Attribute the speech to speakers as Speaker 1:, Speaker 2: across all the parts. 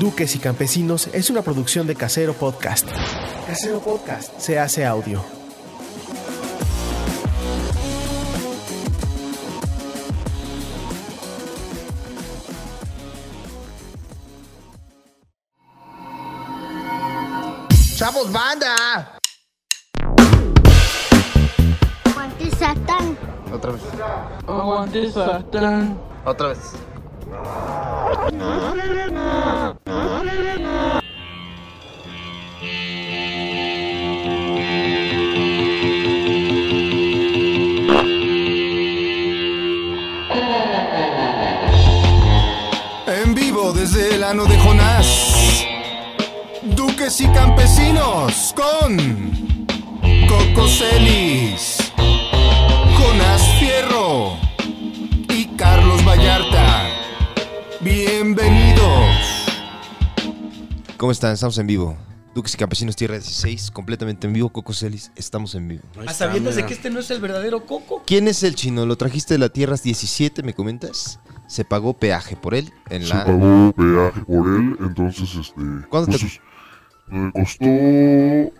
Speaker 1: Duques y Campesinos es una producción de Casero Podcast. Casero Podcast se hace audio.
Speaker 2: ¡Chavos, banda!
Speaker 3: Aguante Satán.
Speaker 2: Otra vez,
Speaker 4: Aguante Satán.
Speaker 2: otra vez.
Speaker 5: En vivo desde el ano de Jonás. Duques y campesinos con Coco Celis, Jonás Fierro y Carlos Vallarta. Bienvenidos.
Speaker 6: ¿Cómo están? Estamos en vivo. Duques y Campesinos Tierra 16, completamente en vivo. Coco Celis, estamos en vivo.
Speaker 7: A sabiendas de que este no es el verdadero coco.
Speaker 6: ¿Quién es el chino? ¿Lo trajiste de la Tierra 17, me comentas? Se pagó peaje por él en
Speaker 8: se
Speaker 6: la...
Speaker 8: pagó peaje por él, entonces este.
Speaker 6: ¿Cuánto te-
Speaker 8: pues, me costó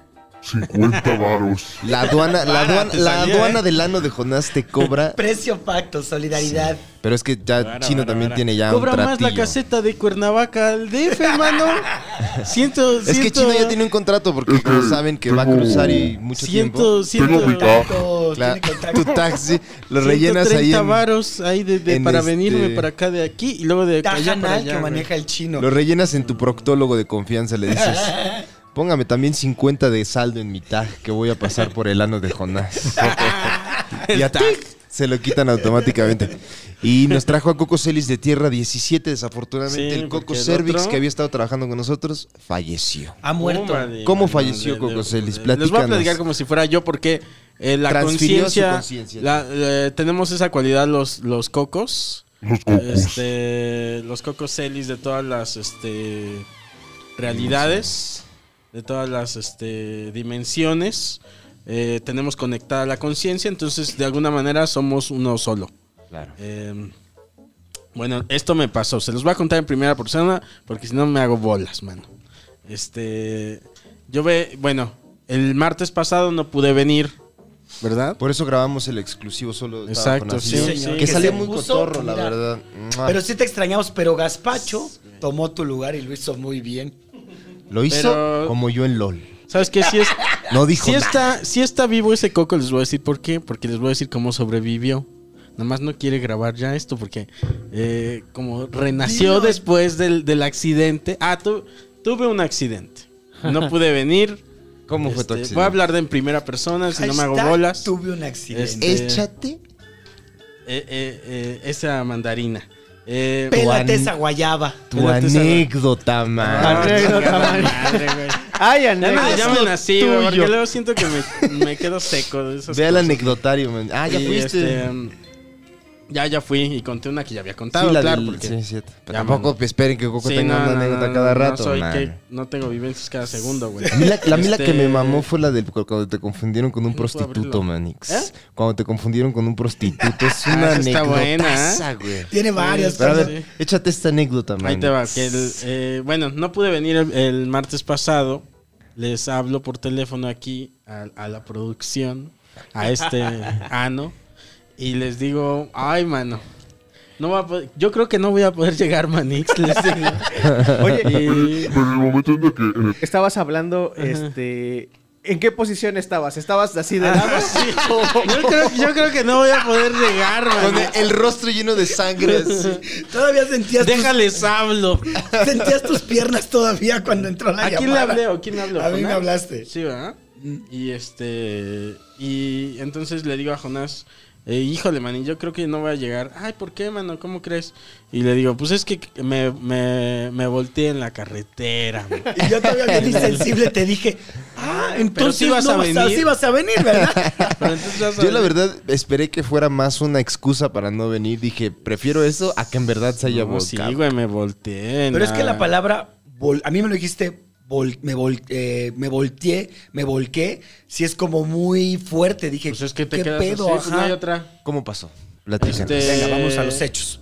Speaker 8: 50 varos.
Speaker 6: La aduana, la aduana,
Speaker 7: te
Speaker 6: la
Speaker 7: salió,
Speaker 6: aduana
Speaker 7: ¿eh?
Speaker 6: del ano de Jonás te cobra...
Speaker 7: Precio pacto, solidaridad.
Speaker 6: Pero es que ya Chino también tiene ya
Speaker 9: Cobra
Speaker 6: un
Speaker 9: más
Speaker 6: tratillo.
Speaker 9: la caseta de Cuernavaca al DF, hermano. Ciento,
Speaker 6: Es que Chino ya tiene un contrato porque
Speaker 8: Es que
Speaker 6: como saben que va a
Speaker 8: tengo-
Speaker 6: cruzar y mucho tiempo.
Speaker 9: ciento, ciento,
Speaker 8: Tengo mi caja.
Speaker 7: Todo
Speaker 6: Claro,
Speaker 7: tiene contacto.
Speaker 6: tu taxi lo rellenas ahí
Speaker 9: 130
Speaker 6: en-
Speaker 9: varos ahí de, de-
Speaker 6: en
Speaker 9: para
Speaker 6: este-
Speaker 9: venirme para acá de aquí y luego de allá para
Speaker 7: Tajanal
Speaker 9: allá,
Speaker 7: que
Speaker 9: güey.
Speaker 7: maneja el chino.
Speaker 6: Lo rellenas en tu proctólogo de confianza, le dices. Póngame también 50 de saldo en mi tag que voy a pasar por el ano de Jonás. y a ti se lo quitan automáticamente. Y nos trajo a Coco Celis de Tierra 17. Desafortunadamente,
Speaker 9: Sí,
Speaker 6: el Coco
Speaker 9: porque el
Speaker 6: Cervix
Speaker 9: otro-
Speaker 6: que había estado trabajando con nosotros falleció.
Speaker 7: Ha muerto.
Speaker 9: Tómale,
Speaker 6: ¿Cómo
Speaker 9: hermano,
Speaker 6: falleció
Speaker 9: de-
Speaker 6: Coco
Speaker 9: de-
Speaker 6: Celis?
Speaker 9: de- Les voy a
Speaker 6: Platícanos.
Speaker 9: platicar como si fuera yo porque eh, la
Speaker 6: Transfirió su
Speaker 9: conciencia...
Speaker 6: conciencia.
Speaker 9: la- eh, tenemos esa cualidad los, los cocos.
Speaker 8: Los cocos.
Speaker 9: este, los cocos celis de todas las este, realidades, de todas las este, dimensiones. Eh, tenemos conectada la conciencia, entonces de alguna manera somos uno solo.
Speaker 6: Claro.
Speaker 9: Eh, bueno, esto me pasó. Se los voy a contar en primera persona porque si no me hago bolas, mano. Este, yo ve, bueno, el martes pasado no pude venir, ¿verdad?
Speaker 6: Por eso grabamos el exclusivo solo. estaba
Speaker 9: Exacto,
Speaker 6: con
Speaker 9: sí,
Speaker 6: Asís.
Speaker 9: sí.
Speaker 6: Que,
Speaker 7: Que
Speaker 6: salió
Speaker 7: se
Speaker 6: muy
Speaker 7: puso,
Speaker 6: cotorro, la
Speaker 7: mira.
Speaker 6: verdad. Mua.
Speaker 7: Pero sí te extrañamos, pero Gaspacho tomó tu lugar y lo hizo muy bien.
Speaker 6: lo hizo
Speaker 9: pero-
Speaker 6: como yo en LOL.
Speaker 9: ¿Sabes qué? Si es,
Speaker 6: No dijo
Speaker 9: si
Speaker 6: nada.
Speaker 9: está, si está vivo ese coco, les voy a decir por qué. Porque les voy a decir cómo sobrevivió. Nada más no quiere grabar ya esto porque eh, como renació
Speaker 7: Dinos.
Speaker 9: después del, del accidente. Ah, tu- tuve un accidente. No pude venir.
Speaker 6: ¿Cómo fue tu
Speaker 9: Este,
Speaker 6: accidente?
Speaker 9: Voy a hablar de en primera persona, si no me hago
Speaker 7: Hashtag
Speaker 9: bolas.
Speaker 7: Tuve un accidente.
Speaker 9: Este-
Speaker 6: Échate
Speaker 9: Eh, eh, eh, esa mandarina. Eh,
Speaker 7: Pélate
Speaker 6: Juan-
Speaker 7: esa guayaba.
Speaker 6: tu
Speaker 9: Espérate, esa-
Speaker 6: anécdota,
Speaker 9: Ah,
Speaker 6: man.
Speaker 9: Ya no me llamen así, güey, porque luego siento que me, me quedo seco de esas
Speaker 6: Ve al
Speaker 9: cosas.
Speaker 6: anecdotario, man. Ah, ya
Speaker 9: Y,
Speaker 6: fuiste.
Speaker 9: este, mm, ya, ya fui y conté una que ya había contado,
Speaker 6: Sí, la
Speaker 9: claro,
Speaker 6: del-
Speaker 9: porque-
Speaker 6: sí, es cierto. Pero
Speaker 9: Ya,
Speaker 6: tampoco
Speaker 9: mano.
Speaker 6: esperen que Coco
Speaker 9: Sí,
Speaker 6: tenga
Speaker 9: no,
Speaker 6: una
Speaker 9: no,
Speaker 6: anécdota
Speaker 9: no,
Speaker 6: cada
Speaker 9: no,
Speaker 6: rato,
Speaker 9: No, soy
Speaker 6: man.
Speaker 9: que no tengo vivencias cada segundo, güey.
Speaker 6: A mí la, la, mí la que me
Speaker 9: Este,
Speaker 6: mamó fue la del cuando te confundieron con un
Speaker 9: No puedo
Speaker 6: prostituto,
Speaker 9: abrirlo.
Speaker 6: Manix.
Speaker 9: ¿Eh?
Speaker 6: Cuando te confundieron con un prostituto. Es una
Speaker 9: esa ah, está
Speaker 6: anécdota, güey.
Speaker 7: Tiene varias
Speaker 6: Pero a
Speaker 7: cosas.
Speaker 6: ver,
Speaker 9: sí.
Speaker 6: échate esta anécdota, man.
Speaker 9: Ahí te va. que el, eh, bueno, no pude venir el, el martes pasado. Les hablo por teléfono aquí a, a la producción, a este ano, y les digo, ay, mano. No va a poder- yo creo que no voy a poder llegar, Manix. Les digo. Oye,
Speaker 8: Pero en el momento en el que. en el-
Speaker 1: Estabas hablando, este. ¿En qué posición estabas? ¿Estabas así de lado?
Speaker 9: yo, creo, yo creo que no voy a poder llegar,
Speaker 6: Con
Speaker 9: Manix.
Speaker 6: el, el rostro lleno de sangre. así.
Speaker 7: Todavía sentías tus,
Speaker 9: Déjales hablo.
Speaker 7: sentías tus piernas todavía cuando entró la
Speaker 9: ¿A quién le
Speaker 7: llamada.
Speaker 9: hablé o quién me habló?
Speaker 7: A mí me
Speaker 9: ¿Jonás?
Speaker 7: hablaste. Mm.
Speaker 9: Sí, ¿verdad? Y este. Y entonces le digo a Jonás. eh, híjole, man, yo creo que no voy a llegar. Ay, ¿por qué, mano? ¿Cómo crees? Y le digo, pues es que me, me, me volteé en la carretera. man".
Speaker 7: Y yo todavía bien insensible te dije, ah, entonces
Speaker 9: sí vas
Speaker 7: no
Speaker 9: a
Speaker 7: vas
Speaker 9: venir.
Speaker 7: sí vas a venir, ¿verdad?
Speaker 9: Pero entonces ya
Speaker 6: Yo la
Speaker 9: sabes-
Speaker 6: verdad esperé que fuera más una excusa para no venir. Dije, prefiero eso a que en verdad se haya
Speaker 9: No, sí,
Speaker 6: volcado.
Speaker 9: güey, me volteé. en
Speaker 7: Pero es que la palabra, vol- a mí me lo dijiste, vol- me, vol- eh, me volteé, me volqué, si es como muy fuerte. Dije,
Speaker 9: Pues es que te
Speaker 7: ¿qué
Speaker 9: quedas
Speaker 7: pedo?
Speaker 9: así, pues no
Speaker 7: Ajá.
Speaker 9: hay otra.
Speaker 6: ¿Cómo pasó? Platícanos.
Speaker 9: Este-
Speaker 7: Venga, vamos a los hechos.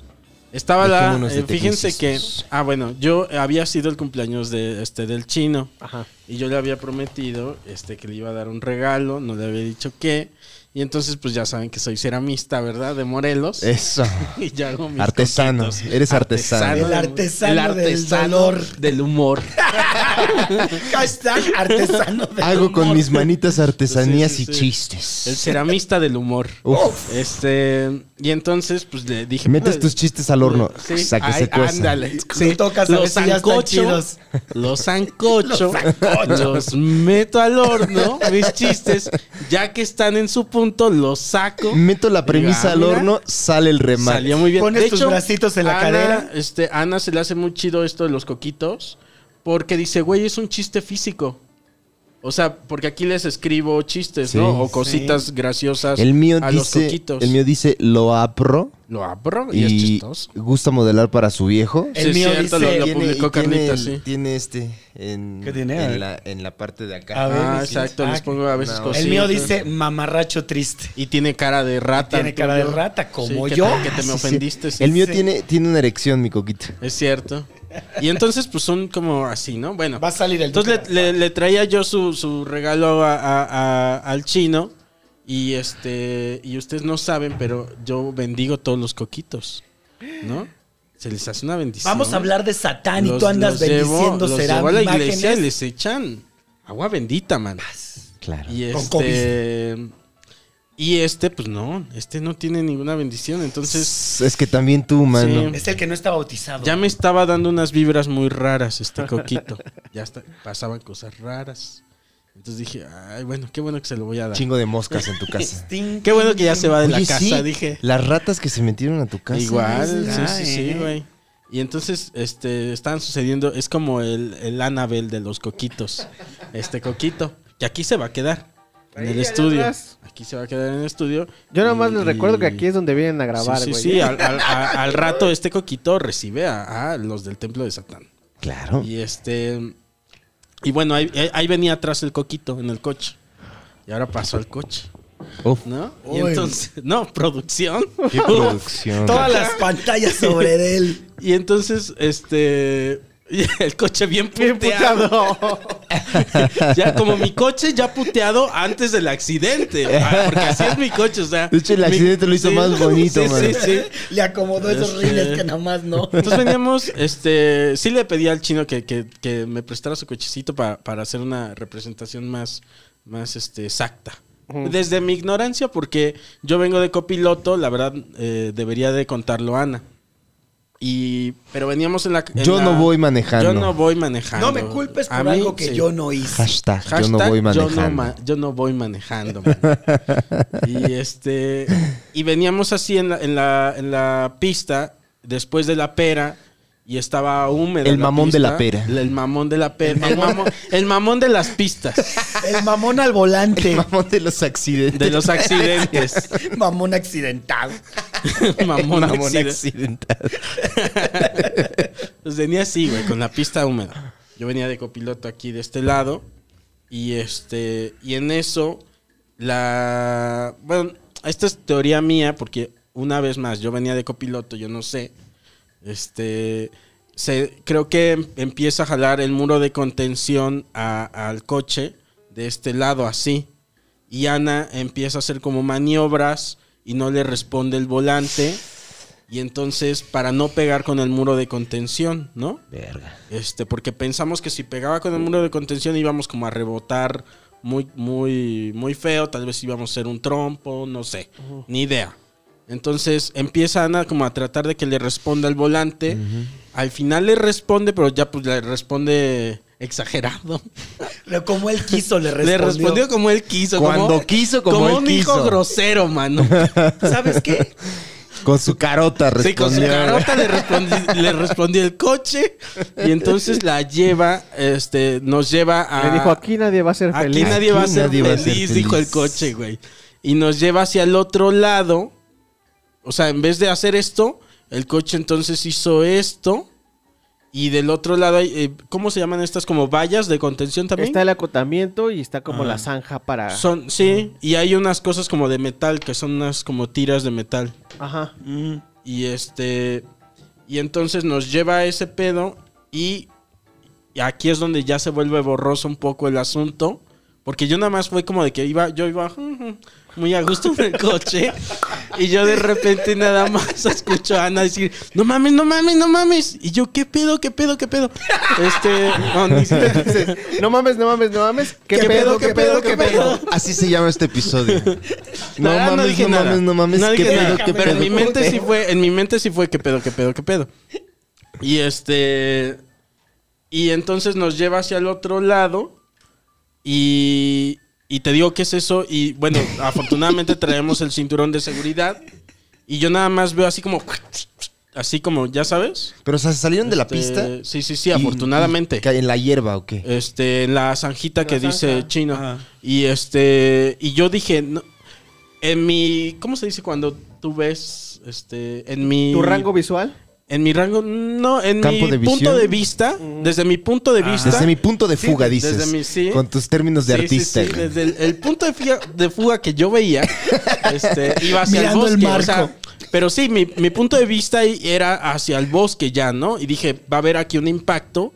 Speaker 9: Estaba la.
Speaker 6: Dejémonos de
Speaker 9: eh, fíjense que.
Speaker 6: tecnicismos.
Speaker 9: Ah, bueno, yo había sido el cumpleaños de este del chino.
Speaker 10: Ajá.
Speaker 9: Y yo le había prometido este, que le iba a dar un regalo. No le había dicho qué. Y entonces, pues ya saben que soy ceramista, ¿verdad? De Morelos.
Speaker 6: Eso.
Speaker 9: Y ya hago mis
Speaker 6: Artesano,
Speaker 9: cositas.
Speaker 6: eres artesano.
Speaker 7: El artesano del dolor.
Speaker 9: del humor.
Speaker 7: Hashtag artesano del
Speaker 6: Hago con
Speaker 7: humor.
Speaker 6: mis manitas artesanías
Speaker 9: Sí, sí,
Speaker 6: y
Speaker 9: sí.
Speaker 6: chistes.
Speaker 9: El ceramista del humor.
Speaker 6: Uf.
Speaker 9: Este, y entonces, pues le dije.
Speaker 6: Metes
Speaker 9: "Pues,
Speaker 6: tus chistes al horno.
Speaker 9: Sí,
Speaker 6: o sea, que
Speaker 9: ay,
Speaker 6: se cuezan.
Speaker 9: ándale.
Speaker 7: Lo tocas a ver
Speaker 9: los
Speaker 7: si ya están
Speaker 9: sancochos,
Speaker 7: chidos.
Speaker 9: los sancocho, los meto al horno, mis chistes, ya que están en su punto, los saco.
Speaker 6: Meto la premisa
Speaker 9: Ah,
Speaker 6: al
Speaker 9: mira.
Speaker 6: horno, sale el remate.
Speaker 9: Salió muy bien.
Speaker 7: Pones tus bracitos en la
Speaker 9: Ana,
Speaker 7: cadera.
Speaker 9: Este, Ana se le hace muy chido esto de los coquitos. Porque dice, güey, es un chiste físico. O sea, porque aquí les escribo chistes,
Speaker 6: Sí.
Speaker 9: ¿no? O cositas graciosas
Speaker 6: El mío,
Speaker 9: a los
Speaker 6: dice,
Speaker 9: coquitos.
Speaker 6: el mío dice lo apro
Speaker 9: Lo abro y, es
Speaker 6: y
Speaker 9: chistoso. Eh,
Speaker 6: gusta modelar para su viejo.
Speaker 7: El mío dice-
Speaker 9: lo, lo
Speaker 6: Tiene-
Speaker 9: publicó
Speaker 6: y tiene
Speaker 9: Carlita,
Speaker 6: el-
Speaker 9: sí.
Speaker 6: Tiene este en,
Speaker 7: ¿Qué tiene?
Speaker 6: en, la, en la parte de acá.
Speaker 7: A ver,
Speaker 9: Ah,
Speaker 7: sí.
Speaker 9: exacto,
Speaker 7: Ah,
Speaker 9: les pongo a veces
Speaker 6: no.
Speaker 9: cositas.
Speaker 7: El mío dice mamarracho triste.
Speaker 9: Y tiene cara de rata.
Speaker 7: Tiene
Speaker 9: el
Speaker 7: cara de
Speaker 9: tuyo.
Speaker 7: rata, como
Speaker 9: Sí, que
Speaker 7: yo.
Speaker 9: te- Que te
Speaker 6: Sí,
Speaker 9: me
Speaker 6: Ah, sí.
Speaker 9: ofendiste. sí.
Speaker 6: El mío
Speaker 7: Sí.
Speaker 6: tiene, tiene una erección, mi coquito.
Speaker 9: Es cierto. Y entonces, pues son como así, ¿no? Bueno.
Speaker 7: Va a salir el
Speaker 9: Entonces le, le- le traía yo su, su regalo a- a- a- al chino. Y este. Y ustedes no saben, pero yo bendigo todos los coquitos. ¿No? Se les hace una bendición.
Speaker 7: Vamos a hablar de Satán y
Speaker 9: Los-
Speaker 7: tú andas
Speaker 9: los llevo-
Speaker 7: bendiciendo
Speaker 9: los
Speaker 7: serán
Speaker 9: llevo a la iglesia y
Speaker 7: imágenes.
Speaker 9: les echan agua bendita, man.
Speaker 6: Claro.
Speaker 9: Y
Speaker 7: Con
Speaker 9: este. Y este, pues no, este no tiene ninguna bendición. Entonces,
Speaker 6: Es que también tú, mano.
Speaker 9: Sí.
Speaker 7: Es el que no está bautizado.
Speaker 9: ya me estaba dando unas vibras muy raras este coquito. ya está, pasaban cosas raras. Entonces dije, ay, bueno, qué bueno que se lo voy a dar.
Speaker 6: Chingo de moscas en tu casa.
Speaker 9: Qué bueno que ya se va Este de la
Speaker 6: Oye,
Speaker 9: casa,
Speaker 6: sí,
Speaker 9: dije.
Speaker 6: Las ratas que se metieron a tu casa.
Speaker 9: Igual, sí,
Speaker 7: Ah,
Speaker 9: sí, sí,
Speaker 7: eh.
Speaker 9: güey. Y entonces, este, estaban sucediendo, es como el, el Anabel de los coquitos. Este coquito, que aquí se va a quedar. En
Speaker 10: Ahí,
Speaker 9: el
Speaker 10: allá
Speaker 9: estudio.
Speaker 10: atrás.
Speaker 9: Aquí se va a quedar en el estudio.
Speaker 10: Yo nada más
Speaker 9: Y-
Speaker 10: les recuerdo que aquí es donde vienen a grabar,
Speaker 9: sí,
Speaker 10: güey.
Speaker 9: sí, sí, al, al- a- al rato este coquito recibe a, a los del templo de Satán.
Speaker 6: Claro.
Speaker 9: Y este. Y bueno, ahí, eh, ahí- ahí venía atrás el coquito en el coche. Y ahora pasó el coche.
Speaker 6: Uf.
Speaker 9: ¿No? Y
Speaker 7: Uy.
Speaker 9: entonces. No, producción.
Speaker 6: Qué producción.
Speaker 7: Todas las pantallas sobre él.
Speaker 9: Y entonces, este. El coche bien
Speaker 10: Bien
Speaker 9: puteado.
Speaker 10: puteado.
Speaker 9: ya como mi coche ya puteado antes del accidente. Ah, Porque así es mi coche, o sea.
Speaker 6: De hecho, el
Speaker 9: mi-
Speaker 6: accidente lo hizo más bonito,
Speaker 9: sí,
Speaker 6: man.
Speaker 9: Sí, sí.
Speaker 7: ¿Eh? Le acomodó esos
Speaker 9: Este-
Speaker 7: riles que nada más no.
Speaker 9: Entonces veníamos, este, sí le pedí al chino que, que- que me prestara su cochecito pa- para hacer una representación más, más este, exacta. Desde mi ignorancia, porque yo vengo de copiloto, la verdad eh, debería de contarlo Ana. Y, pero veníamos en la... en
Speaker 6: Yo
Speaker 9: la-
Speaker 6: no voy manejando.
Speaker 9: Yo no voy manejando.
Speaker 7: No me culpes
Speaker 9: A
Speaker 7: por
Speaker 9: mí,
Speaker 7: algo que
Speaker 9: sí.
Speaker 7: yo no hice.
Speaker 6: Hashtag, yo
Speaker 9: Hashtag,
Speaker 6: no voy manejando.
Speaker 9: ma- yo no voy manejando. man. y este y veníamos así en la, en la, en la pista después de la pera y estaba húmedo.
Speaker 6: El mamón de la pera.
Speaker 9: El, mamón de la pera. El mamón, el mamón de las pistas.
Speaker 7: El mamón al volante.
Speaker 6: Mamón de los accidentes.
Speaker 9: De los accidentes.
Speaker 7: mamón accidentado.
Speaker 9: mamón,
Speaker 6: Mamón
Speaker 9: accidente.
Speaker 6: accidentado.
Speaker 9: Pues venía así, güey, con la pista húmeda. Yo venía de copiloto aquí de este lado. Y este. Y en eso. La. Bueno, esta es teoría mía, porque una vez más, yo venía de copiloto, yo no sé. Este. Se, creo que em- empieza a jalar el muro de contención a- al coche de este lado, así. Y Ana empieza a hacer como maniobras y no le responde el volante. Y entonces, para no pegar con el muro de contención, ¿no?
Speaker 6: Verga.
Speaker 9: Este, porque pensamos que si pegaba con el muro de contención íbamos como a rebotar muy, muy, muy feo, tal vez íbamos a ser un trompo, no sé, ni idea. Entonces empieza Ana como a tratar de que le responda el volante. Al final le responde, pero ya pues le responde exagerado.
Speaker 7: Pero como él quiso, le respondió.
Speaker 9: Le respondió como él quiso.
Speaker 6: Cuando
Speaker 9: como,
Speaker 6: quiso, como él
Speaker 9: un
Speaker 6: quiso.
Speaker 9: hijo grosero, mano.
Speaker 7: ¿Sabes qué?
Speaker 6: Con su carota
Speaker 9: Sí,
Speaker 6: respondió.
Speaker 9: con su carota le respondió, le respondió el coche y entonces la lleva, este, nos lleva a...
Speaker 10: Le dijo, aquí nadie va a ser
Speaker 9: Aquí
Speaker 10: feliz.
Speaker 9: nadie va a
Speaker 6: Aquí
Speaker 9: ser
Speaker 6: nadie va a
Speaker 9: feliz,
Speaker 6: ser
Speaker 9: dijo el
Speaker 6: feliz.
Speaker 9: coche, güey. Y nos lleva hacia el otro lado. O sea, en vez de hacer esto, el coche entonces hizo esto. Y del otro lado hay, eh, ¿cómo se llaman estas? Como vallas de contención también.
Speaker 10: Está el acotamiento y está como
Speaker 9: Ah.
Speaker 10: la zanja para...
Speaker 9: Son, sí, y hay unas cosas como de metal, que son unas como tiras de metal.
Speaker 10: Ajá.
Speaker 9: Y este. Y entonces nos lleva a ese pedo y y aquí es donde ya se vuelve borroso un poco el asunto. Porque yo nada más fue como de que iba, yo iba "Ujú", muy a gusto en el coche. Y yo de repente nada más escucho a Ana decir, no mames, no mames, no mames. Y yo, ¿qué pedo, qué pedo, qué pedo? Este, no, ni siquiera-
Speaker 10: No mames, no mames, no mames. ¿Qué, pedo, qué pedo, qué pedo?
Speaker 6: Así se llama este episodio. No
Speaker 9: La verdad,
Speaker 6: mames, no,
Speaker 9: dije nada.
Speaker 6: mames, no mames,
Speaker 9: No
Speaker 6: qué
Speaker 9: dije
Speaker 6: pedo,
Speaker 9: nada.
Speaker 6: qué
Speaker 9: Pero
Speaker 6: pedo.
Speaker 9: en mi mente
Speaker 6: qué
Speaker 9: sí fue, en mi mente sí fue qué pedo, qué pedo, qué pedo. Y este y entonces nos lleva hacia el otro lado y y te digo qué es eso y bueno, afortunadamente traemos el cinturón de seguridad y yo nada más veo así como así como, ¿ya sabes?
Speaker 6: Pero o sea, se salieron de la
Speaker 9: Este,
Speaker 6: pista.
Speaker 9: Sí, sí, sí,
Speaker 6: y-
Speaker 9: afortunadamente
Speaker 6: y ca- en la hierba o qué.
Speaker 9: este, en la zanjita que dice
Speaker 7: zanja.
Speaker 9: chino.
Speaker 7: Ajá.
Speaker 9: Y este, y yo dije, no, en mi, ¿cómo se dice cuando tú ves, este, en mi,
Speaker 10: ¿Tu rango visual?
Speaker 9: en mi rango, no, en
Speaker 6: Campo
Speaker 9: mi
Speaker 6: de
Speaker 9: punto
Speaker 6: visión. Ah.
Speaker 9: de vista, desde mi punto de vista,
Speaker 6: Desde mi punto de
Speaker 9: Sí,
Speaker 6: fuga,
Speaker 9: desde
Speaker 6: dices.
Speaker 9: mi- sí.
Speaker 6: Con tus términos de
Speaker 9: Sí, sí,
Speaker 6: artista.
Speaker 9: sí,
Speaker 6: güey.
Speaker 9: desde el, el punto de, fuga, de fuga que yo veía, este, iba hacia
Speaker 7: Mirando
Speaker 9: el
Speaker 7: el
Speaker 9: bosque.
Speaker 7: marco.
Speaker 9: o sea, pero sí, mi, mi punto de vista ahí era hacia el bosque ya, ¿no? Y dije, va a haber aquí un impacto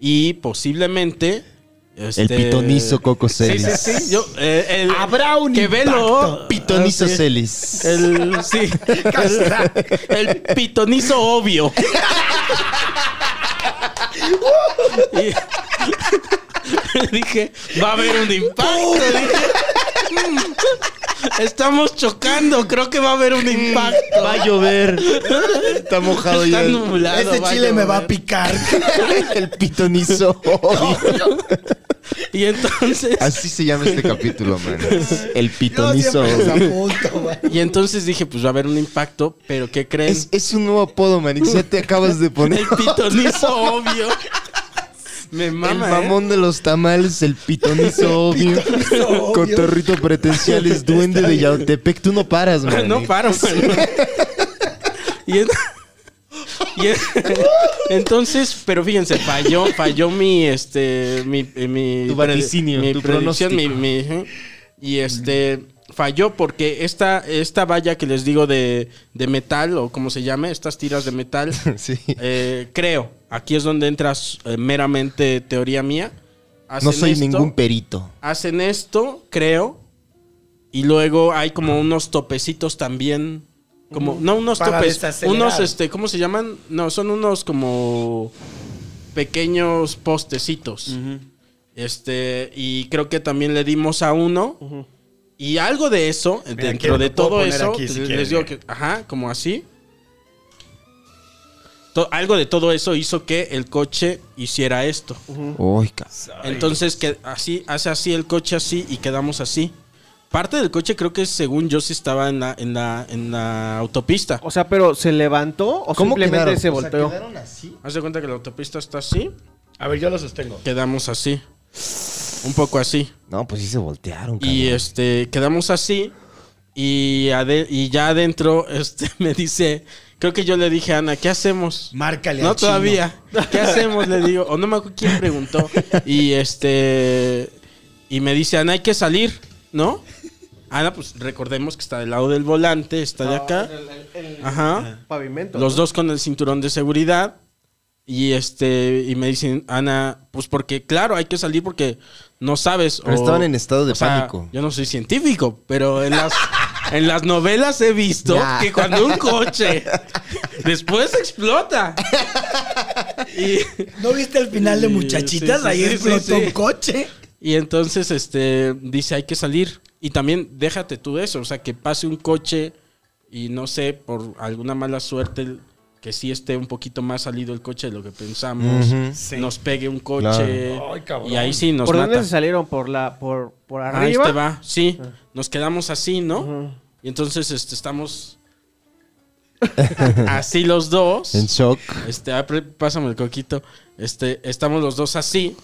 Speaker 9: y posiblemente.
Speaker 6: El
Speaker 9: este,
Speaker 6: pitonizo Coco
Speaker 9: Sí,
Speaker 6: Celis.
Speaker 9: sí, sí. Yo, eh, el,
Speaker 7: Habrá un
Speaker 9: que velo.
Speaker 6: Pitonizo
Speaker 9: Ah, sí.
Speaker 6: Celis.
Speaker 9: El, sí. El, el pitonizo obvio. Y- dije, va a haber un impacto. Dije, "Mm, estamos chocando, creo que va a haber un impacto.
Speaker 6: Mm. Va a llover. Está mojado
Speaker 9: Está
Speaker 6: ya.
Speaker 9: nublado,
Speaker 7: Este
Speaker 9: va a
Speaker 7: chile me va a
Speaker 9: llover".
Speaker 7: picar.
Speaker 6: El pitonizo.
Speaker 9: Y entonces.
Speaker 6: Así se llama este capítulo, man. El
Speaker 7: Yo
Speaker 6: pitonizo.
Speaker 7: siempre los apunto, güey.
Speaker 9: Y entonces dije, pues va a haber un impacto, pero ¿qué creen?
Speaker 6: Es, es un nuevo apodo, man. y Ya te acabas de poner.
Speaker 9: El pitonizo obvio. Me
Speaker 6: el
Speaker 9: mama, ¿eh?
Speaker 6: mamón de los tamales, el pitonizo obvio.
Speaker 7: obvio.
Speaker 6: Cotorrito pretenciales, duende de Yautepec. Tú no paras, man.
Speaker 9: No paro, mano. Y, en- y en- entonces, pero fíjense, falló, falló mi este mi eh, mi
Speaker 6: Tu vaticinio,
Speaker 9: mi
Speaker 6: tu
Speaker 9: predicción, mi,
Speaker 6: pronóstico.
Speaker 9: mi- ajá. y este falló porque esta esta valla que les digo de, de metal o como se llame, estas tiras de metal
Speaker 6: Sí.
Speaker 9: eh, creo, aquí es donde entras eh, meramente teoría mía.
Speaker 6: No
Speaker 9: Hacen
Speaker 6: soy
Speaker 9: esto
Speaker 6: ningún perito.
Speaker 9: hacen esto, creo. Y luego hay como unos topecitos también. Como, no unos
Speaker 7: Para
Speaker 9: topes.
Speaker 7: desacelerar.
Speaker 9: Unos, este, ¿cómo se llaman? No, son unos como pequeños postecitos. Este, y creo que también le dimos a uno. Y algo de eso,
Speaker 7: aquí
Speaker 9: dentro
Speaker 7: lo
Speaker 9: de
Speaker 7: puedo
Speaker 9: todo
Speaker 7: poner
Speaker 9: eso,
Speaker 7: aquí, si
Speaker 9: les
Speaker 7: quieren,
Speaker 9: digo
Speaker 7: mira.
Speaker 9: que, ajá, como así. To- algo de todo eso hizo que el coche hiciera esto.
Speaker 6: Uy, ca-
Speaker 9: Entonces que así hace así el coche así y quedamos así. Parte del coche creo que según yo sí estaba en la en la en la autopista.
Speaker 10: O sea, pero ¿se levantó o
Speaker 6: ¿Cómo
Speaker 10: simplemente
Speaker 6: quedaron?
Speaker 10: se
Speaker 6: O sea,
Speaker 10: volteó?
Speaker 9: Haz de cuenta que la autopista está así,
Speaker 7: A ver, yo lo sostengo.
Speaker 9: quedamos así. Un poco así.
Speaker 6: No, pues sí se voltearon,
Speaker 9: Y
Speaker 6: cabrón.
Speaker 9: este quedamos así y ade- y ya adentro este me dice, creo que yo le dije a Ana, ¿qué hacemos?
Speaker 7: Márcale
Speaker 9: No
Speaker 7: al chino.
Speaker 9: todavía. ¿Qué hacemos? Le digo. O no me acuerdo quién preguntó. Y este. Y me dice, Ana, hay que salir, ¿no? Ana, pues recordemos que está del lado del volante, está de acá. Ajá.
Speaker 10: Pavimento.
Speaker 9: Los dos con el cinturón de seguridad. Y este. Y me dicen, Ana, pues porque, claro, hay que salir porque no sabes.
Speaker 6: Pero
Speaker 9: o-
Speaker 6: estaban en estado de
Speaker 9: o sea,
Speaker 6: pánico.
Speaker 9: Yo no soy científico, pero en las. En las novelas he visto
Speaker 6: Ya.
Speaker 9: que cuando un coche después explota. Y,
Speaker 7: ¿No viste el final de
Speaker 9: Sí,
Speaker 7: Muchachitas?
Speaker 9: sí, sí,
Speaker 7: Ahí
Speaker 9: sí,
Speaker 7: explotó
Speaker 9: sí, sí.
Speaker 7: un coche.
Speaker 9: Y entonces, este, dice, hay que salir. Y también déjate tú de eso, o sea, que pase un coche y no sé, por alguna mala suerte, que sí esté un poquito más salido el coche de lo que pensamos,
Speaker 6: Ujú.
Speaker 9: nos pegue un coche
Speaker 6: Claro.
Speaker 7: Ay, cabrón.
Speaker 9: y ahí sí nos
Speaker 10: ¿Por
Speaker 9: mata.
Speaker 10: dónde se salieron? ¿Por la por, por
Speaker 9: Ah, ahí
Speaker 10: arriba?
Speaker 9: te va, sí, nos quedamos así, ¿no? Y entonces, este, estamos así los dos.
Speaker 6: En shock.
Speaker 9: Este, ah, pre- pásame el coquito. Este, estamos los dos así,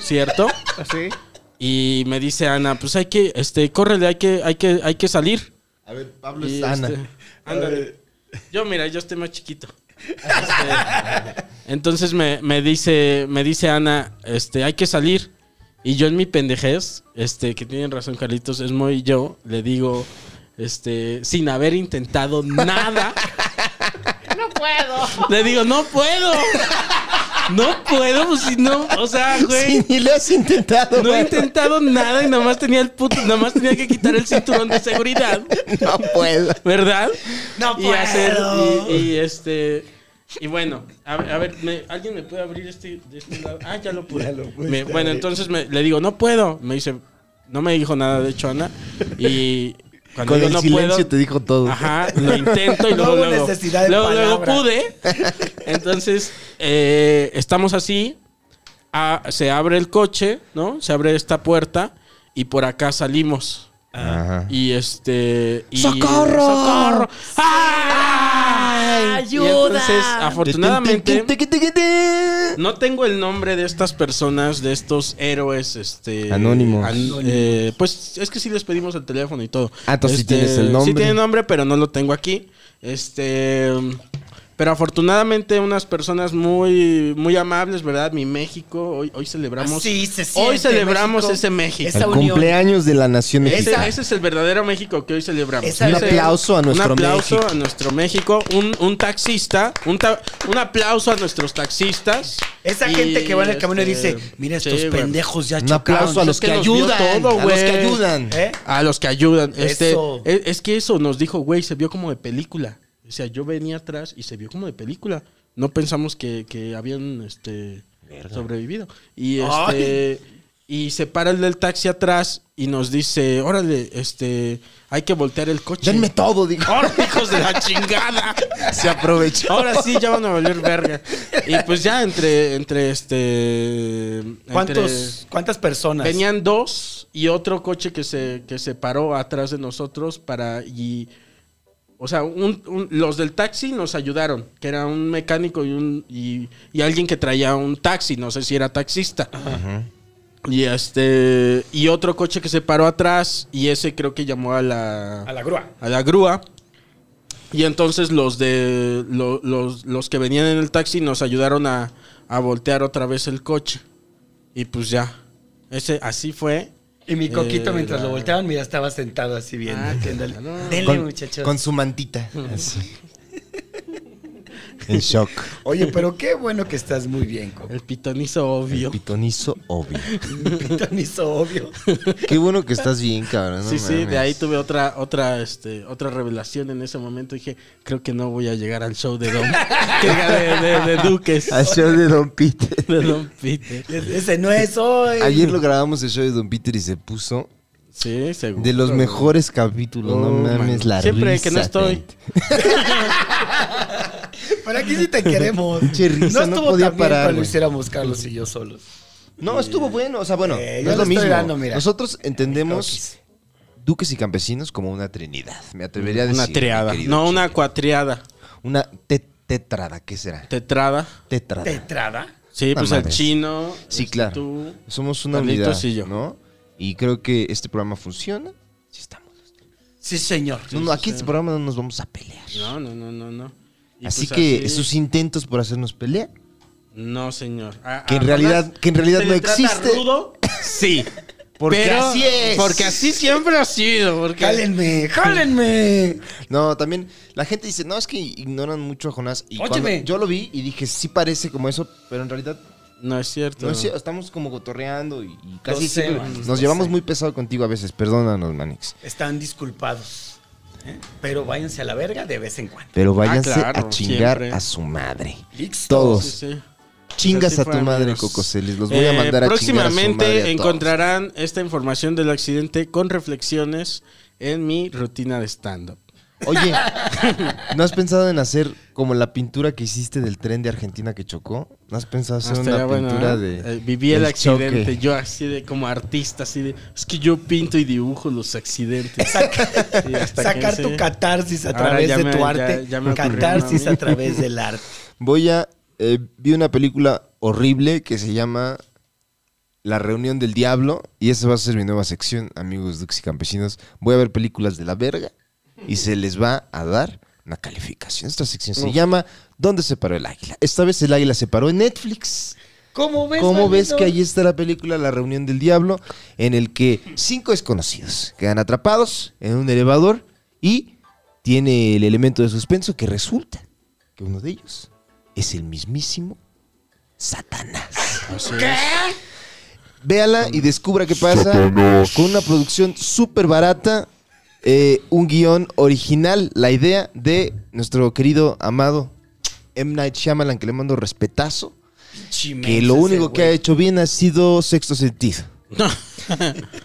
Speaker 9: ¿cierto?
Speaker 10: Así.
Speaker 9: Y me dice Ana, pues hay que, este, córrele, hay que, hay que, hay que salir.
Speaker 6: A ver, Pablo
Speaker 9: Y,
Speaker 6: es Ana.
Speaker 9: este, ándale. Yo, mira, yo estoy más chiquito. Este, entonces me, me dice, me dice Ana, este, hay que salir. Y yo en mi pendejez, este, que tienen razón Carlitos, es muy yo, le digo, este, sin haber intentado nada.
Speaker 11: puedo.
Speaker 9: Le digo, no puedo. No puedo, pues si no, o sea, güey.
Speaker 6: Sí, ni le has intentado.
Speaker 9: No he
Speaker 6: güey.
Speaker 9: intentado nada y nada más tenía el puto, nada más tenía que quitar el cinturón de seguridad,
Speaker 6: No puedo.
Speaker 9: ¿verdad?
Speaker 7: No
Speaker 9: Y hacer
Speaker 7: puedo.
Speaker 9: y, y, este y bueno, a, ver- a ver, me- alguien me puede abrir este de este lado. Ah, ya lo pude.
Speaker 7: Ya lo pudiste
Speaker 9: Me- bueno,
Speaker 7: abrir.
Speaker 9: entonces me- le digo, "No puedo." Me dice, "No me dijo nada de hecho Ana." Y cuando
Speaker 6: Con
Speaker 9: digo,
Speaker 6: el
Speaker 9: no
Speaker 6: silencio
Speaker 9: puedo,
Speaker 6: te dijo todo.
Speaker 9: Ajá, lo intento y
Speaker 7: No
Speaker 9: luego,
Speaker 7: hubo
Speaker 9: luego,
Speaker 7: necesidad de
Speaker 9: luego, luego
Speaker 7: palabra.
Speaker 9: pude. Entonces, eh, estamos así. Ah, se abre el coche, ¿no? Se abre esta puerta y por acá salimos.
Speaker 6: Ajá.
Speaker 9: Y este. y-
Speaker 6: ¡Socorro!
Speaker 9: ¡Socorro! ¡Ah!
Speaker 11: ¡Ayuda!
Speaker 9: Y entonces, afortunadamente,
Speaker 6: Tiqui, tiqui, tiqui, tiqui.
Speaker 9: no tengo el nombre de estas personas, de estos héroes, este.
Speaker 6: Anónimos.
Speaker 9: eh, pues es que sí les pedimos el teléfono y todo. Este,
Speaker 6: Ah, entonces sí tienes el
Speaker 9: Sí
Speaker 6: nombre.
Speaker 9: tiene nombre, pero no lo tengo aquí. Este. Pero afortunadamente unas personas muy, muy amables, ¿verdad? Mi México, hoy, hoy celebramos.
Speaker 7: Así se siente
Speaker 9: hoy celebramos
Speaker 7: México.
Speaker 9: ese México.
Speaker 11: Esa
Speaker 6: El
Speaker 11: unión.
Speaker 6: cumpleaños de la nación
Speaker 9: Ese,
Speaker 6: mexicana.
Speaker 9: ese es el verdadero México que hoy celebramos.
Speaker 7: Esa- Un
Speaker 9: Ese-
Speaker 6: aplauso a nuestro
Speaker 9: Un aplauso
Speaker 6: México.
Speaker 9: a nuestro México. Un, un taxista. Un, ta- un aplauso a nuestros taxistas.
Speaker 7: Esa
Speaker 9: Y,
Speaker 7: gente que va en el camino y
Speaker 9: este,
Speaker 7: dice, mira estos
Speaker 9: sí, güey.
Speaker 7: pendejos ya
Speaker 6: Un
Speaker 7: chocaron.
Speaker 6: aplauso a los
Speaker 9: Es
Speaker 6: que,
Speaker 9: que nos vio
Speaker 6: ayudan.
Speaker 9: todo,
Speaker 6: a los que
Speaker 9: güey.
Speaker 6: ayudan.
Speaker 7: ¿Eh?
Speaker 9: A los que ayudan. Este,
Speaker 7: Eso.
Speaker 9: es, es que eso nos dijo, güey, se vio como de película. O sea, yo venía atrás y se vio como de película. No pensamos que, que habían este, sobrevivido. Y este. Y se para el del taxi atrás y nos dice, órale, este, hay que voltear el coche.
Speaker 6: Denme todo, digo.
Speaker 9: ¡Ahora, hijos de la chingada!
Speaker 6: Se aprovechó.
Speaker 9: Ahora sí ya van a valer verga. Y pues ya entre, entre este. entre-
Speaker 7: ¿Cuántos, ¿Cuántas personas?
Speaker 9: Venían dos y otro coche que se, que se paró atrás de nosotros para. y O sea, un- un- los del taxi nos ayudaron, que era un mecánico y, un, y, y alguien que traía un taxi, no sé si era taxista. Y este. Y otro coche que se paró atrás y ese creo que llamó a la
Speaker 7: A la grúa.
Speaker 9: a la grúa. Y entonces los de lo- los, los que venían en el taxi nos ayudaron a, a voltear otra vez el coche. Y pues ya. Ese así fue.
Speaker 7: Y mi coquito,
Speaker 9: Eh,
Speaker 7: mientras
Speaker 9: la-
Speaker 7: lo volteaban, mira, estaba sentado así viendo.
Speaker 9: Ah, qué
Speaker 7: Dale,
Speaker 9: calor.
Speaker 7: Denle,
Speaker 6: Con,
Speaker 7: muchachos.
Speaker 6: con su mantita. Así. En shock.
Speaker 7: Oye, pero qué bueno que estás muy bien, coco.
Speaker 9: El pitonizo obvio.
Speaker 6: Pitonizo obvio.
Speaker 7: Pitón hizo obvio.
Speaker 6: Qué bueno que estás bien, cabrón. no
Speaker 9: sí, sí, de
Speaker 6: mames.
Speaker 9: ahí tuve otra otra este otra revelación en ese momento. Dije, creo que no voy a llegar al show de Don que diga, de, de-
Speaker 6: Ah,
Speaker 9: de Duques.
Speaker 6: Al show de Don Peter.
Speaker 9: De Don Peter.
Speaker 7: E- Ese no es hoy.
Speaker 6: Ayer lo grabamos el show de Don Peter y se puso
Speaker 9: Sí, seguro.
Speaker 6: de los mejores capítulos. no
Speaker 9: Oh,
Speaker 6: mames,
Speaker 9: man.
Speaker 6: la
Speaker 9: Siempre que no
Speaker 6: risa,
Speaker 9: estoy.
Speaker 6: gente.
Speaker 7: Pero aquí sí te queremos.
Speaker 6: Pinche risa, no podía
Speaker 7: tan bien
Speaker 6: parar,
Speaker 7: cuando lo
Speaker 6: güey.
Speaker 7: hiciéramos Carlos y yo solos.
Speaker 6: No, estuvo bueno. O sea, bueno,
Speaker 7: Eh, yo
Speaker 6: no es
Speaker 7: lo
Speaker 6: lo
Speaker 7: estoy
Speaker 6: mismo.
Speaker 7: dando, mira.
Speaker 6: Nosotros
Speaker 7: Mis
Speaker 6: entendemos duques y campesinos como una trinidad. Me atrevería a decir.
Speaker 9: Una
Speaker 6: mi
Speaker 9: triada.
Speaker 6: querido
Speaker 9: No, una
Speaker 6: chico.
Speaker 9: cuatriada.
Speaker 6: Una te- tetrada, ¿qué será?
Speaker 9: Tetrada.
Speaker 6: Tetrada.
Speaker 7: ¿Tetrada?
Speaker 9: Sí,
Speaker 6: No
Speaker 9: pues el
Speaker 6: mames.
Speaker 9: chino.
Speaker 6: Sí,
Speaker 9: este,
Speaker 6: claro.
Speaker 9: tú.
Speaker 6: Somos una unidad,
Speaker 9: Carlitos y yo.
Speaker 6: ¿no? Y creo que este programa funciona. Sí estamos.
Speaker 7: Sí, señor.
Speaker 6: No, no, aquí en este programa no nos vamos a pelear.
Speaker 9: No, no, no, no, no. Y
Speaker 6: así
Speaker 9: pues
Speaker 6: que
Speaker 9: así-
Speaker 6: esos intentos por hacernos pelear,
Speaker 9: No, señor.
Speaker 7: Ah,
Speaker 9: A-
Speaker 6: que en
Speaker 9: a-
Speaker 6: realidad, que en realidad
Speaker 9: ¿Se
Speaker 6: no
Speaker 9: le Ah, trata
Speaker 6: existe.
Speaker 9: rudo? Sí.
Speaker 6: Porque
Speaker 9: Pero-
Speaker 6: así es.
Speaker 9: Porque así siempre ha sido. Porque...
Speaker 7: ¡Jálenme! ¡Jálenme!
Speaker 6: No, también la gente dice, no, es que ignoran mucho a Jonás. Y cuando-
Speaker 7: Óyeme.
Speaker 6: yo lo vi y dije, sí parece como eso, pero en realidad
Speaker 9: No es cierto.
Speaker 6: no es cierto, estamos como gotorreando y, y casi
Speaker 7: Lo sé,
Speaker 6: siempre-
Speaker 7: Manix, lo
Speaker 6: nos llevamos
Speaker 7: sé.
Speaker 6: muy pesado contigo a veces. Perdónanos, Manix.
Speaker 7: Están disculpados. ¿eh? Pero váyanse a la verga de vez en cuando.
Speaker 6: Pero váyanse
Speaker 9: Ah, claro,
Speaker 6: a chingar
Speaker 9: siempre.
Speaker 6: a su madre.
Speaker 7: Listo.
Speaker 6: Todos.
Speaker 9: Sí, sí.
Speaker 6: Chingas
Speaker 9: Así
Speaker 6: a tu
Speaker 9: fue,
Speaker 6: madre,
Speaker 9: amigos.
Speaker 6: Cocoselis. Los voy a
Speaker 9: Eh,
Speaker 6: mandar a chingar a su madre.
Speaker 9: Próximamente
Speaker 6: a todos.
Speaker 9: encontrarán esta información del accidente con reflexiones en mi rutina de stand-up.
Speaker 6: Oye, ¿no has pensado en hacer como la pintura que hiciste del tren de Argentina que chocó? ¿No has pensado hacer
Speaker 9: Ah, Estaría
Speaker 6: una
Speaker 9: bueno,
Speaker 6: pintura
Speaker 9: ¿no?
Speaker 6: de.
Speaker 9: Eh, viví el,
Speaker 6: del
Speaker 9: accidente,
Speaker 6: choque?
Speaker 9: yo así de como artista, así de. Es que yo pinto y dibujo los accidentes. Sí, hasta que
Speaker 7: Sacar
Speaker 9: sí.
Speaker 7: tu catarsis a
Speaker 9: Ahora
Speaker 7: través
Speaker 9: ya
Speaker 7: de
Speaker 9: me-
Speaker 7: tu
Speaker 9: ya-
Speaker 7: arte.
Speaker 9: ya me ocurrió,
Speaker 7: catarsis
Speaker 9: ¿no?
Speaker 7: a través del arte.
Speaker 6: Voy a. eh, vi una película horrible que se llama La Reunión del Diablo. Y esa va a ser mi nueva sección, amigos Dux y Campesinos. Voy a ver películas de la verga y se les va a dar una calificación. Esta sección se llama ¿Dónde se paró el águila? Esta vez el águila se paró en Netflix.
Speaker 7: ¿Cómo ves?
Speaker 6: ¿Cómo ves
Speaker 7: Manito?
Speaker 6: que allí está la película La Reunión del Diablo? En el que cinco desconocidos quedan atrapados en un elevador y tiene el elemento de suspenso que resulta que que uno de ellos es el mismísimo Satanás.
Speaker 9: Así
Speaker 6: Véala y descubra qué pasa
Speaker 8: Satanás.
Speaker 6: con una producción súper barata, eh, un guión original, la idea de nuestro querido, amado M. Night Shyamalan, que le mando respetazo, que lo único que ha hecho bien ha sido Sexto Sentido.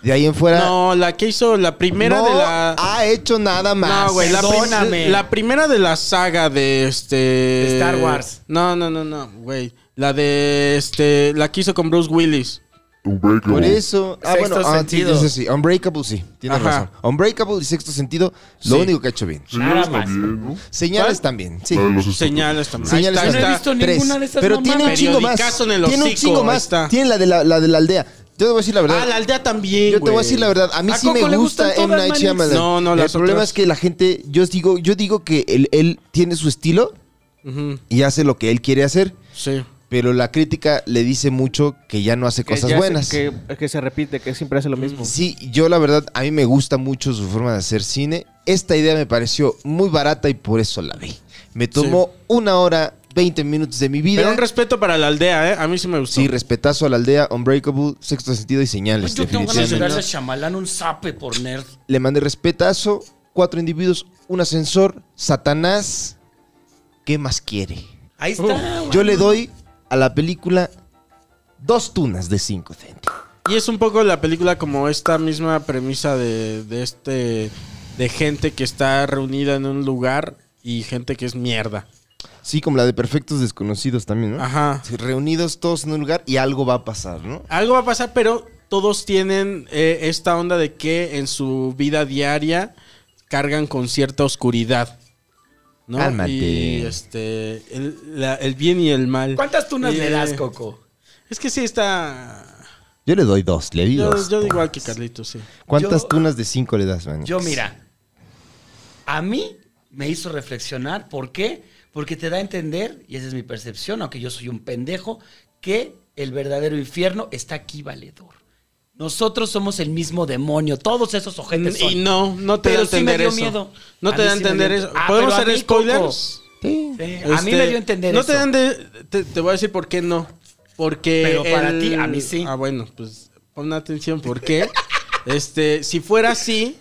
Speaker 6: De ahí en fuera...
Speaker 9: No, la que hizo la primera
Speaker 6: no ah,
Speaker 9: de la.
Speaker 6: ha hecho nada más.
Speaker 9: No, güey, la, prim-
Speaker 7: Perdóname.
Speaker 9: la primera de la saga de este.
Speaker 7: Star Wars.
Speaker 9: No, no, no, no, güey. La de este. La que hizo con Bruce Willis.
Speaker 8: Unbreakable.
Speaker 6: Por eso. Ah,
Speaker 7: Sexto
Speaker 6: bueno, ah,
Speaker 7: sentido.
Speaker 6: eso sí. Unbreakable, sí. Tienes
Speaker 9: Ajá.
Speaker 6: razón. Unbreakable y sexto sentido, lo
Speaker 9: Sí.
Speaker 6: único que ha hecho bien.
Speaker 8: Señales
Speaker 10: más.
Speaker 8: también, ¿no?
Speaker 6: Señales también, sí.
Speaker 8: La de los
Speaker 9: Señales también.
Speaker 6: Señales
Speaker 9: Ahí está,
Speaker 6: también.
Speaker 9: ahí
Speaker 10: No he visto
Speaker 9: está.
Speaker 10: ninguna de esas
Speaker 6: Pero
Speaker 10: mamadas.
Speaker 6: tiene un chingo más.
Speaker 9: Periodicazo en el
Speaker 6: Tiene un
Speaker 9: hocico,
Speaker 6: chingo
Speaker 9: ahí
Speaker 6: más.
Speaker 9: está.
Speaker 6: Tiene la de la, la de la aldea. Yo te voy a decir la verdad.
Speaker 9: Ah, la aldea también.
Speaker 6: Yo te voy a
Speaker 9: güey.
Speaker 6: decir la verdad, a mí
Speaker 10: ¿A
Speaker 6: sí me
Speaker 10: Coco le
Speaker 6: gusta
Speaker 10: gustan
Speaker 6: M.
Speaker 10: todas,
Speaker 6: Night
Speaker 10: Manix?
Speaker 6: Shyamalan.
Speaker 9: No, no,
Speaker 6: El
Speaker 9: las
Speaker 6: problema
Speaker 9: otras.
Speaker 6: es que la gente, yo digo, yo digo que él, él tiene su estilo
Speaker 9: Ujú,
Speaker 6: y hace lo que él quiere hacer,
Speaker 9: Sí.
Speaker 6: pero la crítica le dice mucho que ya no hace
Speaker 10: Que
Speaker 6: cosas
Speaker 10: ya se-
Speaker 6: buenas.
Speaker 10: Que, que se repite, que siempre hace lo mismo.
Speaker 6: Sí, yo la verdad, a mí me gusta mucho su forma de hacer cine. Esta idea me pareció muy barata y por eso la vi. Me tomó una hora, 20 minutos de mi vida.
Speaker 9: Pero un respeto para la aldea, ¿eh? A mí sí me gustó.
Speaker 6: sí, respetazo a la aldea, Unbreakable, Sexto Sentido y Señales,
Speaker 7: Pues Yo tengo ganas de
Speaker 6: definitivamente.
Speaker 7: darle a Shyamalan un zape por nerd.
Speaker 6: Le mandé respetazo, cuatro individuos, un ascensor, Satanás. ¿Qué más quiere?
Speaker 7: Ahí está.
Speaker 6: Yo le doy a la película dos tunas de cinco centavos.
Speaker 9: Y es un poco la película como esta misma premisa de, de este. de gente que está reunida en un lugar y gente que es mierda.
Speaker 6: Sí, como la de Perfectos Desconocidos también, ¿no?
Speaker 9: Ajá.
Speaker 6: Sí, Reunidos todos en un lugar y algo va a pasar, ¿no?
Speaker 9: Algo va a pasar, pero todos tienen eh, esta onda de que en su vida diaria cargan con cierta oscuridad. ¿No?
Speaker 6: Cálmate.
Speaker 9: Y este. El, la- el bien y el mal.
Speaker 7: ¿Cuántas tunas
Speaker 9: Y,
Speaker 7: le das,
Speaker 9: eh,
Speaker 7: Coco?
Speaker 9: Es que sí está.
Speaker 6: Yo le doy dos, le di
Speaker 9: Yo,
Speaker 6: dos.
Speaker 9: yo igual que Carlitos, sí.
Speaker 6: ¿Cuántas
Speaker 7: yo-
Speaker 6: tunas de cinco le das, man?
Speaker 7: Yo, mira, a mí me hizo reflexionar. ¿Por qué? Porque te da a entender, y esa es mi percepción, aunque yo soy un pendejo, que el verdadero infierno está aquí valedor. Nosotros somos el mismo demonio, todos esos ojetes son.
Speaker 9: Y no, no te da
Speaker 7: Pero
Speaker 9: a
Speaker 7: sí me
Speaker 9: entender
Speaker 7: dio
Speaker 9: eso.
Speaker 7: miedo.
Speaker 9: No
Speaker 7: A
Speaker 9: te
Speaker 7: mí
Speaker 9: da a
Speaker 7: sí me
Speaker 9: entender
Speaker 7: dio-
Speaker 9: eso.
Speaker 7: Ah, pero
Speaker 9: ¿Podemos
Speaker 7: a
Speaker 9: hacer
Speaker 7: mí,
Speaker 9: spoilers?
Speaker 7: Sí, a mí
Speaker 9: Este,
Speaker 7: me dio a entender
Speaker 9: no
Speaker 7: eso.
Speaker 9: Te, dan de- te, te voy a decir por qué no. Porque.
Speaker 7: Pero para
Speaker 9: el-
Speaker 7: ti, a mí sí.
Speaker 9: Ah, bueno, pues pon atención, ¿por qué? este, si fuera así,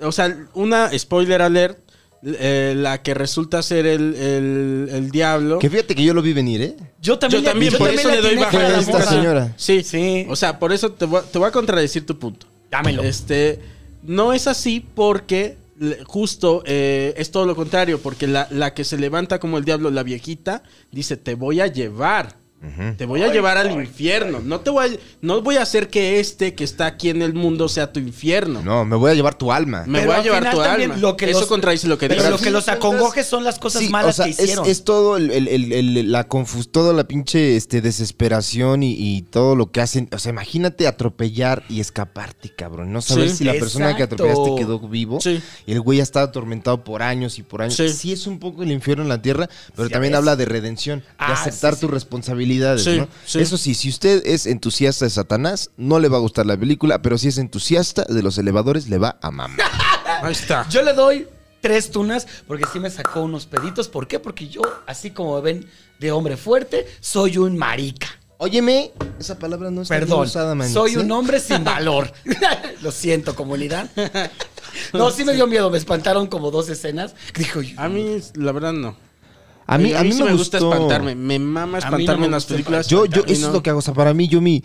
Speaker 9: o sea, una spoiler alert, eh, la que resulta ser el, el, el diablo.
Speaker 6: Que fíjate que yo lo vi venir, ¿eh?
Speaker 7: Yo
Speaker 9: Yo
Speaker 7: también,
Speaker 9: también,
Speaker 7: yo
Speaker 9: por
Speaker 7: también
Speaker 9: eso
Speaker 7: la
Speaker 9: le doy
Speaker 7: atiné
Speaker 9: baja
Speaker 7: con
Speaker 6: a
Speaker 9: la
Speaker 7: la
Speaker 6: esta
Speaker 7: morra.
Speaker 9: boca.
Speaker 6: señora.
Speaker 9: Sí.
Speaker 7: Sí.
Speaker 9: O sea, por eso te voy, a- te voy a contradecir tu punto.
Speaker 7: Dámelo.
Speaker 9: Este, no es así porque le- justo eh, es todo lo contrario, porque la, la que se levanta como el diablo, la viejita, dice, te voy a llevar. Te voy a llevar al infierno. No te voy a, no voy a hacer que este que está aquí en el mundo sea tu infierno.
Speaker 6: No, me voy a llevar tu alma.
Speaker 9: Me
Speaker 7: Pero
Speaker 9: voy a
Speaker 7: al
Speaker 9: llevar
Speaker 7: final
Speaker 9: tu
Speaker 7: también
Speaker 9: alma.
Speaker 7: lo que
Speaker 9: Eso
Speaker 7: los-
Speaker 9: contradice lo que
Speaker 7: Pero
Speaker 9: dice.
Speaker 7: lo que los acongojes son las cosas
Speaker 6: Sí,
Speaker 7: malas
Speaker 6: o sea,
Speaker 7: que
Speaker 6: es-
Speaker 7: hicieron.
Speaker 6: Es, todo el, el- el- el- la confus, toda la pinche este, desesperación y, y todo lo que hacen. O sea, imagínate atropellar y escaparte, cabrón. No saber
Speaker 9: Sí.
Speaker 6: si la persona que
Speaker 7: Exacto.
Speaker 6: atropellaste quedó vivo.
Speaker 9: Sí.
Speaker 6: Y el güey ha estado atormentado por años y por años.
Speaker 9: Sí.
Speaker 6: Sí, es un poco el infierno en la tierra, pero
Speaker 7: Sí,
Speaker 6: también
Speaker 7: es.
Speaker 6: habla de redención, de
Speaker 7: Ah,
Speaker 6: aceptar
Speaker 7: sí, sí.
Speaker 6: tus responsabilidades,
Speaker 9: Sí,
Speaker 6: ¿no?
Speaker 9: sí.
Speaker 6: Eso sí, si usted es entusiasta de Satanás, no le va a gustar la película, pero si es entusiasta de los elevadores, le va a mamar.
Speaker 9: Ahí está.
Speaker 7: Yo le doy tres tunas porque sí me sacó unos peditos. ¿Por qué? Porque yo, así como ven de hombre fuerte, soy un marica.
Speaker 6: Óyeme, esa palabra no está bien
Speaker 7: Perdón,
Speaker 6: usada, man.
Speaker 7: soy
Speaker 6: ¿sí?
Speaker 7: un hombre sin valor. Lo siento, comunidad. No, sí me dio miedo, me espantaron como dos escenas. Dijo,
Speaker 9: A mí, la verdad, no.
Speaker 6: A mí, a mí
Speaker 9: Eh, sí
Speaker 6: me,
Speaker 9: gusta
Speaker 6: gustó.
Speaker 9: espantarme. Me mama
Speaker 7: no
Speaker 9: espantarme
Speaker 7: me
Speaker 9: en las
Speaker 7: gusta
Speaker 9: películas.
Speaker 6: Yo, yo,
Speaker 9: A mí
Speaker 6: eso
Speaker 9: no.
Speaker 6: es lo que hago. O sea, para mí, yo mi.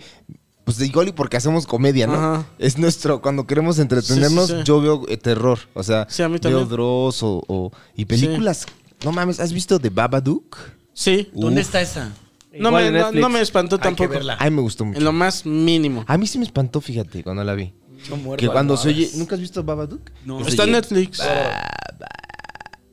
Speaker 6: Pues de igual y porque hacemos comedia, ¿no?
Speaker 9: Ajá.
Speaker 6: Es nuestro. Cuando queremos entretenernos,
Speaker 9: Sí, sí, sí.
Speaker 6: yo veo eh, terror. O sea,
Speaker 9: Sí, a mí
Speaker 6: veo
Speaker 9: también.
Speaker 6: Dross o, o- Y películas. No mames, ¿has visto The Babadook?
Speaker 9: Sí.
Speaker 7: ¿dónde
Speaker 6: Uf.
Speaker 7: está esa?
Speaker 9: No
Speaker 10: Igual
Speaker 9: me,
Speaker 10: en
Speaker 9: no-
Speaker 10: Netflix.
Speaker 9: no me espantó
Speaker 7: que
Speaker 9: tampoco.
Speaker 7: verla.
Speaker 6: Ay, me gustó
Speaker 9: En
Speaker 6: mucho.
Speaker 9: lo más mínimo.
Speaker 6: A mí sí me espantó, fíjate, cuando la vi.
Speaker 7: Yo muerdo
Speaker 6: Que cuando se oye.
Speaker 7: almohadas.
Speaker 6: ¿Nunca has visto Babadook?
Speaker 7: No.
Speaker 6: Pues
Speaker 9: Está en
Speaker 6: oye,
Speaker 9: Netflix.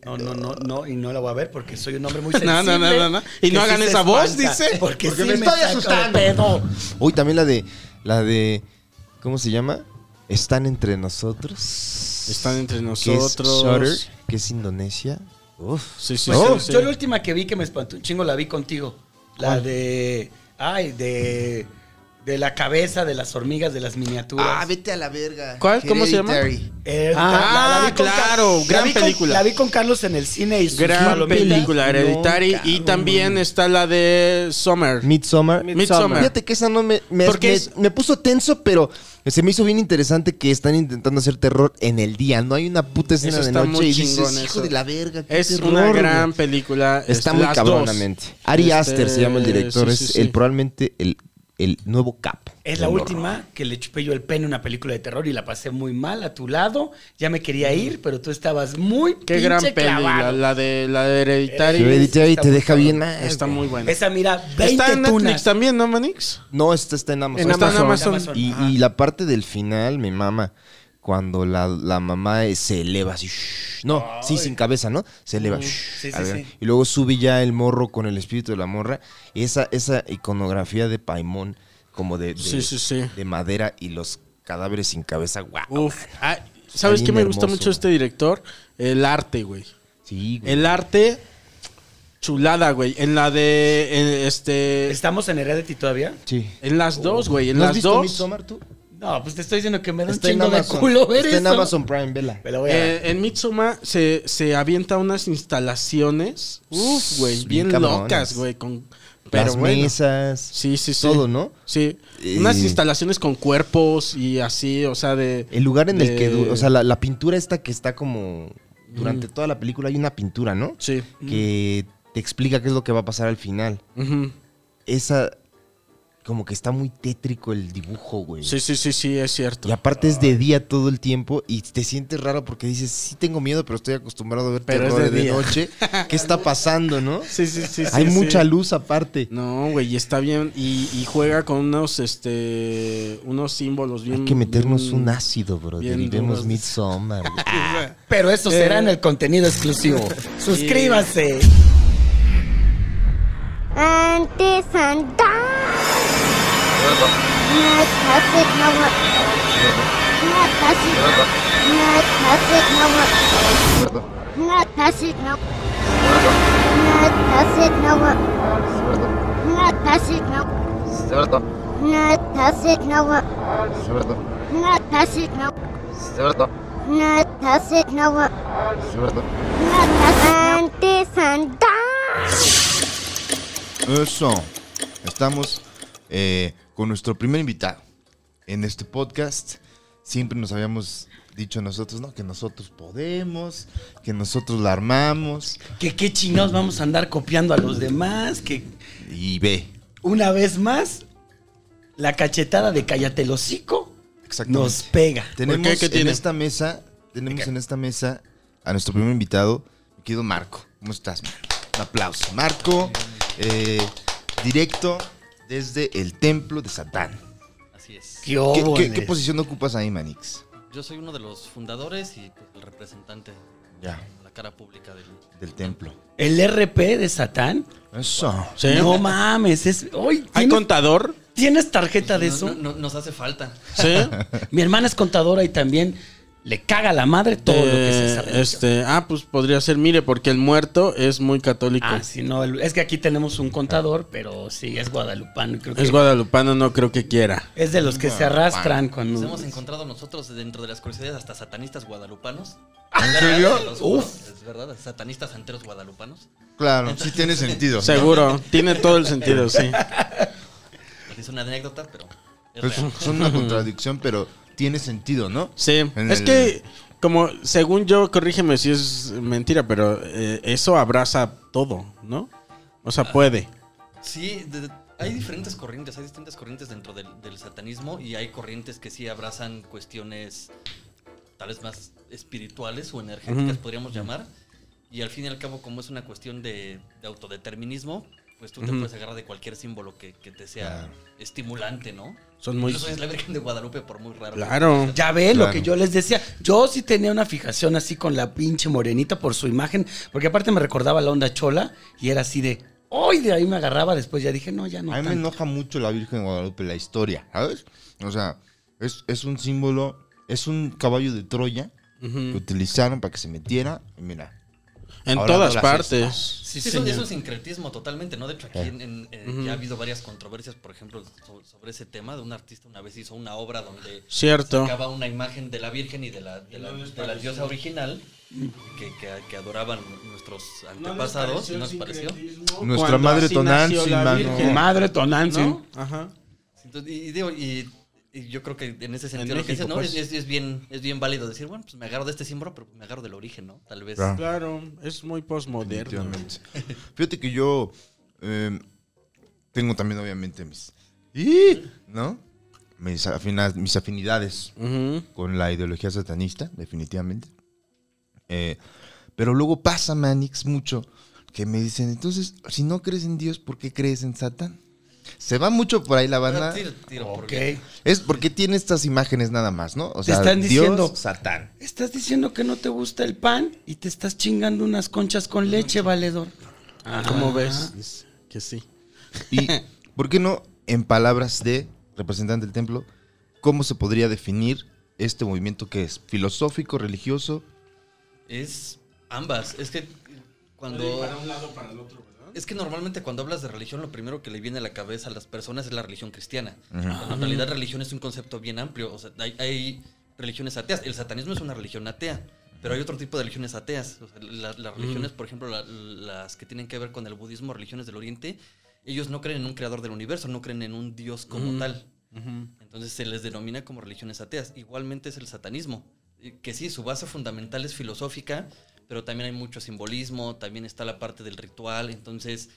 Speaker 7: No, no, no, no, y no la voy a ver porque soy un hombre muy sensible.
Speaker 9: No, no, no, no, no. Y no
Speaker 7: que
Speaker 9: hagan
Speaker 7: se
Speaker 9: esa voz, dice.
Speaker 7: Porque,
Speaker 6: Porque
Speaker 7: sí
Speaker 6: me
Speaker 7: me,
Speaker 6: estoy
Speaker 7: estoy
Speaker 6: asustando.
Speaker 7: asustando. Pedo.
Speaker 6: Uy, también la de. La de. ¿Cómo se llama? Están entre nosotros.
Speaker 9: Están entre
Speaker 6: que pues, es Shutter,
Speaker 9: nosotros.
Speaker 6: que es Indonesia. Uf.
Speaker 9: Sí, sí,
Speaker 7: Pues
Speaker 9: sí,
Speaker 6: Oh,
Speaker 7: yo,
Speaker 9: sí.
Speaker 7: yo la última que vi que me espantó un chingo la vi contigo. La de. Ay, de. De la cabeza, de las hormigas, de las miniaturas.
Speaker 11: Ah, vete a la verga.
Speaker 9: ¿Cuál? ¿Cómo se llama?
Speaker 11: Hereditary.
Speaker 7: Eh,
Speaker 9: Ah,
Speaker 7: con
Speaker 9: claro,
Speaker 7: Car-
Speaker 9: gran
Speaker 7: vi con-
Speaker 9: película.
Speaker 7: la vi con Carlos en el cine y sus
Speaker 9: Gran
Speaker 7: palomitas.
Speaker 9: película, Hereditary. y
Speaker 6: Mm.
Speaker 9: también está la de Summer.
Speaker 6: Midsommar.
Speaker 9: Midsommar.
Speaker 6: Fíjate que esa no me, me,
Speaker 9: Porque
Speaker 6: me-
Speaker 9: es-
Speaker 6: me puso tenso, pero se me hizo bien interesante que están intentando hacer terror en el día. No hay una puta escena
Speaker 9: Eso
Speaker 6: de
Speaker 9: está
Speaker 6: noche
Speaker 9: muy
Speaker 6: y
Speaker 9: chingón
Speaker 6: dices,
Speaker 9: eso.
Speaker 6: hijo de la verga. qué
Speaker 9: Es
Speaker 6: terror,
Speaker 9: una
Speaker 6: güey".
Speaker 9: gran película.
Speaker 6: Está
Speaker 9: este,
Speaker 6: muy
Speaker 9: las
Speaker 6: cabronamente.
Speaker 9: dos.
Speaker 6: Ari
Speaker 9: Este,
Speaker 6: Aster se llama el director.
Speaker 9: sí,
Speaker 6: es
Speaker 9: sí,
Speaker 6: el
Speaker 9: sí.
Speaker 6: probablemente el, el nuevo capo.
Speaker 7: Es la
Speaker 6: del
Speaker 7: última que le chupé yo el pene a una película de terror y la pasé muy mal a tu lado. Ya me quería ir, pero tú estabas muy
Speaker 9: Qué
Speaker 7: pinche
Speaker 9: gran película. La,
Speaker 7: clavado.
Speaker 9: la de, la de
Speaker 6: horror.
Speaker 9: Hereditary.
Speaker 6: Hereditary
Speaker 7: Está
Speaker 6: te
Speaker 7: muy
Speaker 6: deja bien mal.
Speaker 9: Está
Speaker 6: güey.
Speaker 9: muy buena.
Speaker 7: Esa mira, 20
Speaker 9: Está en Netflix
Speaker 7: tunas.
Speaker 9: también, ¿no, Manix?
Speaker 6: No, esta está en Amazon.
Speaker 9: En Está en Amazon.
Speaker 7: Amazon.
Speaker 6: Y,
Speaker 7: Ajá.
Speaker 6: y la parte del final me mama. Cuando la, la mamá eh, se eleva así. shh. No, sí, sin cabeza, ¿no? Se eleva. shh,
Speaker 7: Sí, sí,
Speaker 6: al-
Speaker 7: sí.
Speaker 6: Y luego sube ya el morro con el espíritu de la morra. Esa, esa iconografía de Paimón, como de, de,
Speaker 9: Sí, sí, sí.
Speaker 6: de madera y los cadáveres sin cabeza. guau.
Speaker 9: Uf. Ah, ¿Sabes
Speaker 6: bien
Speaker 9: qué me gusta
Speaker 6: hermoso,
Speaker 9: mucho de este director? El arte, güey.
Speaker 6: Sí, güey.
Speaker 9: El arte chulada, güey. En la de en este
Speaker 7: ¿Estamos en Heredity todavía?
Speaker 6: Sí.
Speaker 9: en las dos, güey, en
Speaker 6: Oh, ¿No has
Speaker 9: las
Speaker 6: visto
Speaker 9: dos.
Speaker 6: Midsommar, tú?
Speaker 7: No, pues te estoy diciendo que me da
Speaker 6: Está
Speaker 7: un
Speaker 6: en
Speaker 7: chingo de
Speaker 6: Amazon.
Speaker 7: culo ver
Speaker 6: Está en
Speaker 7: eso.
Speaker 6: Amazon Prime, vela.
Speaker 7: Me la voy a...
Speaker 9: Eh, en Midsommar se, se avienta unas instalaciones, uf, güey,
Speaker 6: Bien
Speaker 9: bien,
Speaker 6: cabronas.
Speaker 9: locas, güey, con pero
Speaker 6: Las
Speaker 9: bueno.
Speaker 6: mesas.
Speaker 9: Sí, sí, sí.
Speaker 6: Todo, ¿no?
Speaker 9: Sí.
Speaker 6: Eh.
Speaker 9: Unas instalaciones con cuerpos y así, o sea, de
Speaker 6: El lugar en el
Speaker 9: de-
Speaker 6: que, du- o sea, la, la pintura esta que está como durante toda la película hay una pintura, ¿no?
Speaker 9: Sí.
Speaker 6: Que te explica qué es lo que va a pasar al final.
Speaker 9: Ujú.
Speaker 6: Esa como que está muy tétrico el dibujo, güey.
Speaker 9: Sí, sí, sí, sí, es cierto.
Speaker 6: Y aparte es de día todo el tiempo y te sientes raro porque dices, sí tengo miedo, pero estoy acostumbrado a ver
Speaker 9: Pero es
Speaker 6: terror de,
Speaker 9: de día".
Speaker 6: noche. ¿Qué está pasando, no?
Speaker 9: Sí, sí, sí, sí,
Speaker 6: Hay
Speaker 9: sí.
Speaker 6: mucha luz aparte.
Speaker 9: No, güey, y está bien. Y, y juega con unos, este, unos símbolos bien.
Speaker 6: Hay que meternos
Speaker 9: bien-
Speaker 6: un ácido, bro.
Speaker 9: bien
Speaker 6: Y vemos
Speaker 9: duros.
Speaker 6: Midsommar. güey.
Speaker 7: Pero eso será en el contenido exclusivo. Suscríbase.
Speaker 3: Antes andaba. Not classic, no more. Not classic. Not classic, no more. Not classic, no. Not classic, no more. Not classic, no. Not classic, no more. Not classic, no. Not classic, no more. Not classic, no. Antes andaba.
Speaker 11: Eso. Estamos eh, con nuestro primer invitado en este podcast. Siempre nos habíamos dicho nosotros, ¿no? Que nosotros podemos, que nosotros la armamos.
Speaker 7: Que qué chingados vamos a andar copiando a los demás. Que
Speaker 11: Y ve.
Speaker 7: una vez más, la cachetada de cállate el hocico
Speaker 11: Exactamente.
Speaker 7: nos pega.
Speaker 11: Tenemos
Speaker 9: ¿Por qué? ¿Qué
Speaker 11: en
Speaker 9: tiene?
Speaker 11: esta mesa, tenemos en esta mesa a nuestro primer invitado, mi querido Marco. ¿Cómo estás? Marco? Un aplauso. Marco, eh, directo desde el templo de Satán.
Speaker 12: Así es.
Speaker 7: ¿Qué,
Speaker 11: ¿Qué, qué-
Speaker 7: óboles.
Speaker 11: qué posición ocupas ahí, Manix?
Speaker 12: Yo soy uno de los fundadores y pues, el representante,
Speaker 11: Ya.
Speaker 12: la cara pública del...
Speaker 11: Del templo.
Speaker 7: El RP de Satán.
Speaker 11: Eso.
Speaker 9: Sí.
Speaker 7: No mames. Es, hoy,
Speaker 9: ¿Hay
Speaker 7: ¿tienes,
Speaker 9: contador?
Speaker 7: tienes tarjeta de
Speaker 12: No-
Speaker 7: eso?
Speaker 12: no- no- nos hace falta.
Speaker 9: Sí.
Speaker 7: Mi hermana es contadora y también le caga la madre todo lo que es esa
Speaker 9: Eh,
Speaker 7: religión.
Speaker 9: este, ah, pues podría ser, mire, porque el muerto es muy católico.
Speaker 7: Ah, sí, no, el- es que aquí tenemos un contador, pero sí, es guadalupano. y Creo que
Speaker 9: Es guadalupano, no creo que quiera.
Speaker 7: es de los que se arrastran cuando...
Speaker 12: Nos hemos encontrado nosotros dentro de las curiosidades hasta satanistas guadalupanos.
Speaker 11: ¿En serio?
Speaker 12: Uf. Es verdad, satanistas santeros guadalupanos.
Speaker 11: Claro, sí tiene sentido.
Speaker 9: Seguro, tiene todo el sentido, sí.
Speaker 12: Es una anécdota, pero es
Speaker 11: Pues,
Speaker 12: real.
Speaker 11: son una contradicción, pero tiene sentido, ¿no?
Speaker 9: Sí,
Speaker 11: En
Speaker 9: es
Speaker 11: el-
Speaker 9: que como según yo, corrígeme si es mentira, pero eh, eso abraza todo, ¿no? O
Speaker 7: Ah,
Speaker 9: sea, puede.
Speaker 12: Sí, de- de- hay diferentes corrientes, hay distintas corrientes dentro del, del satanismo y hay corrientes que sí abrazan cuestiones tal vez más espirituales o energéticas, podríamos llamar. Y al fin y al cabo, como es una cuestión de, de autodeterminismo, pues tú te puedes agarrar de cualquier símbolo que, que te sea estimulante, ¿no?
Speaker 9: Son muy-
Speaker 12: Yo soy la Virgen de Guadalupe, por muy raro. que
Speaker 9: Claro.
Speaker 12: sea.
Speaker 7: Ya ve lo
Speaker 11: Claro.
Speaker 7: que yo les decía. Yo sí tenía una fijación así con la pinche morenita por su imagen, porque aparte me recordaba la onda chola y era así de, hoy de ahí me agarraba, después ya dije, no, ya no.
Speaker 11: A mí me
Speaker 7: tanto".
Speaker 11: enoja mucho la Virgen de Guadalupe, la historia, ¿sabes? O sea, es, es un símbolo, es un caballo de Troya que utilizaron para que se metiera. Y mira,
Speaker 6: Pues,
Speaker 9: En
Speaker 6: Ahora
Speaker 9: todas
Speaker 6: no las es.
Speaker 9: partes.
Speaker 12: Sí,
Speaker 9: Sí,
Speaker 12: eso,
Speaker 9: señor.
Speaker 12: eso es sincretismo totalmente, ¿no? De hecho, aquí
Speaker 9: Eh.
Speaker 12: en- en- eh,
Speaker 9: Ujú.
Speaker 12: ya ha habido varias controversias, por ejemplo, so- sobre ese tema. De un artista una vez hizo una obra donde
Speaker 9: Cierto.
Speaker 12: sacaba una imagen de la Virgen y de la, de la- de la diosa original que, que- que adoraban nuestros antepasados. ¿No les pareció?
Speaker 6: Nuestra madre Tonantzin, mano.
Speaker 9: Madre Tonantzin.
Speaker 12: Ajá. Entonces, y, y digo, y, y yo creo que en ese sentido lo que dices,
Speaker 9: México,
Speaker 12: ¿no?
Speaker 9: pues.
Speaker 12: Es, es- es bien, es bien válido decir, bueno, pues me agarro de este símbolo, pero me agarro del origen, ¿no? Tal vez.
Speaker 9: Claro. es muy postmoderno.
Speaker 6: Ah. Definitivamente. Fíjate que yo eh, tengo también, obviamente, mis. ¡Ih! ¿No? Mis, afina- mis afinidades con la ideología satanista, definitivamente. Eh, pero luego pasa, Manix, mucho que me dicen: entonces, si no crees en Dios, ¿por qué crees en Satán? Se va mucho por ahí la
Speaker 7: Ah,
Speaker 6: banda.
Speaker 12: Tiro, tiro,
Speaker 7: Ok.
Speaker 12: porque-
Speaker 6: Es porque tiene estas imágenes nada más, ¿no? O
Speaker 7: Te están diciendo-
Speaker 6: Dios, Satán.
Speaker 7: Estás diciendo que no te gusta el pan y te estás chingando unas conchas con leche, valedor.
Speaker 9: ¿Cómo ves? Es que sí.
Speaker 6: ¿Y por qué no, en palabras de representante del templo, cómo se podría definir este movimiento que es filosófico, religioso?
Speaker 12: Es ambas. Es que cuando.
Speaker 9: Para un lado, para el otro, ¿verdad?
Speaker 12: Es que normalmente cuando hablas de religión, lo primero que le viene a la cabeza a las personas es la religión cristiana.
Speaker 6: Ujú.
Speaker 12: Cuando En realidad, religión es un concepto bien amplio. O sea, hay, hay religiones ateas. El satanismo es una religión atea. Pero hay otro tipo de religiones ateas. O sea, la- las religiones, por ejemplo, la- las que tienen que ver con el budismo, religiones del oriente, ellos no creen en un creador del universo, no creen en un dios como
Speaker 9: Ujú.
Speaker 12: tal. Entonces se les denomina como religiones ateas. Igualmente es el satanismo, eh, que sí, su base fundamental es filosófica, pero también hay mucho simbolismo, también está la parte del ritual. Entonces,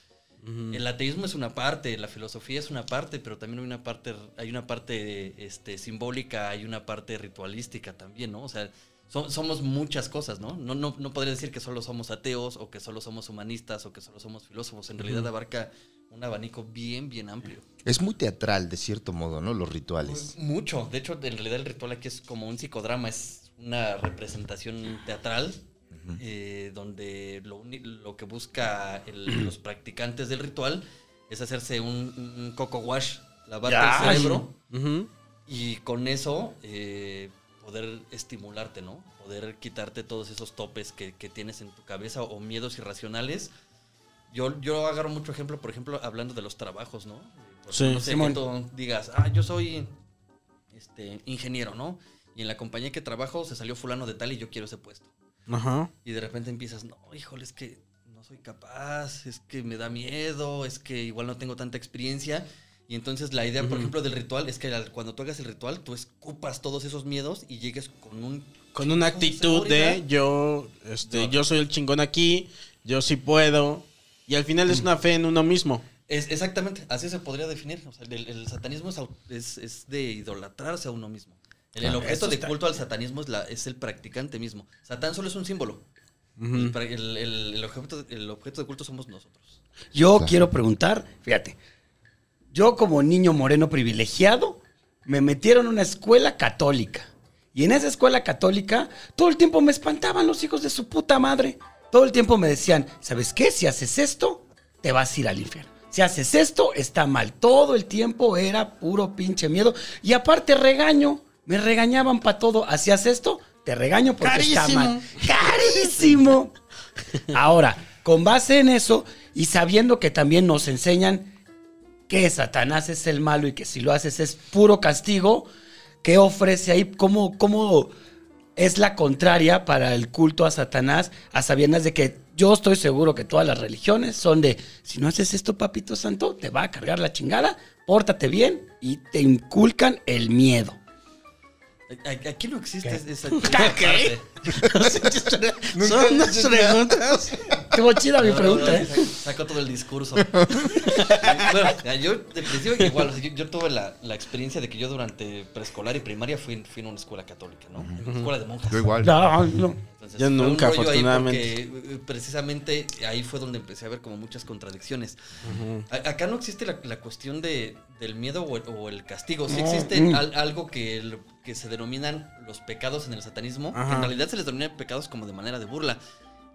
Speaker 12: el ateísmo es una parte, la filosofía es una parte, pero también hay una parte, hay una parte este, simbólica, hay una parte ritualística también, ¿no? O sea, so- somos muchas cosas, ¿no? No, no, no podría decir que solo somos ateos o que solo somos humanistas o que solo somos filósofos. En realidad
Speaker 6: Ujú.
Speaker 12: abarca un abanico bien, bien amplio.
Speaker 6: Es muy teatral, de cierto modo, ¿no? Los rituales.
Speaker 7: Pues,
Speaker 12: Mucho. De hecho, en realidad el ritual aquí es como un psicodrama, es una representación teatral eh, donde lo, uni- lo que busca el- los practicantes del ritual es hacerse un, un coco wash, lavarte
Speaker 9: Ya.
Speaker 12: el cerebro
Speaker 9: Ujú.
Speaker 12: y con eso eh, poder estimularte, ¿no? Poder quitarte todos esos topes que, que tienes en tu cabeza o miedos irracionales. Yo, yo agarro mucho ejemplo, por ejemplo, hablando de los trabajos, ¿no? Por
Speaker 9: Sí,
Speaker 12: ejemplo, no sé,
Speaker 9: Simón.
Speaker 12: que tú digas, ah, yo soy este, ingeniero, ¿no? Y en la compañía que trabajo se salió fulano de tal y yo quiero ese puesto.
Speaker 9: Ajá.
Speaker 12: Y de repente empiezas, no, híjole, es que no soy capaz, es que me da miedo, es que igual no tengo tanta experiencia. Y entonces la idea, por
Speaker 9: Ujú.
Speaker 12: ejemplo, del ritual es que al- cuando tú hagas el ritual, tú escupas todos esos miedos y llegues con un...
Speaker 9: Con una actitud de
Speaker 12: seguridad.
Speaker 9: yo, este, yo soy el chingón aquí, yo sí puedo. Y al final es una fe en uno mismo.
Speaker 12: Es, exactamente, así se podría definir. O sea, el, el satanismo es, au- es- es de idolatrarse a uno mismo. El, el
Speaker 9: Ah, eso
Speaker 12: objeto de
Speaker 9: está-
Speaker 12: culto al satanismo es, la- es el practicante mismo. Satán solo es un símbolo.
Speaker 9: Ujú.
Speaker 12: El pra- el- el- el objeto, el objeto de culto somos nosotros.
Speaker 7: Yo quiero preguntar, fíjate, yo como niño moreno privilegiado, me metieron a una escuela católica. Y en esa escuela católica, todo el tiempo me espantaban los hijos de su puta madre. Todo el tiempo me decían, ¿sabes qué? Si haces esto, te vas a ir al infierno. Si haces esto, está mal. Todo el tiempo era puro pinche miedo. Y aparte regaño, me regañaban para todo. Hacías esto, te regaño porque está
Speaker 9: Carísimo.
Speaker 7: mal. Carísimo. Ahora, con base en eso y sabiendo que también nos enseñan que Satanás es el malo y que si lo haces es puro castigo, ¿qué ofrece ahí? ¿Cómo, cómo es la contraria para el culto a Satanás a sabiendas de que yo estoy seguro que todas las religiones son de, si no haces esto, papito santo, te va a cargar la chingada, pórtate bien y te inculcan el miedo.
Speaker 12: A- a- Aquí no existe esa
Speaker 7: ¿Qué?
Speaker 9: Son unas preguntas.
Speaker 7: Estuvo chida mi
Speaker 12: No, no, no,
Speaker 7: pregunta, ¿eh?
Speaker 12: sí, sac- Sacó todo el discurso. bueno, ya, yo de principio igual, o sea, yo, yo tuve la, la experiencia de que yo durante preescolar y primaria fui, en- fui en una escuela católica, ¿no? Escuela de monjas.
Speaker 6: Yo igual.
Speaker 7: No, no.
Speaker 12: Entonces, fue
Speaker 9: Yo
Speaker 12: un
Speaker 9: nunca,
Speaker 12: rollo ahí
Speaker 9: afortunadamente.
Speaker 12: porque, eh, precisamente ahí fue donde empecé a ver como muchas contradicciones. A- Acá no existe la, la cuestión de, del miedo o el, o el castigo. Sí
Speaker 9: No,
Speaker 12: existe
Speaker 9: mm.
Speaker 12: al- algo que, el- que se denominan los pecados en el satanismo. que
Speaker 9: Ajá.
Speaker 12: en realidad se les denomina pecados como de manera de burla.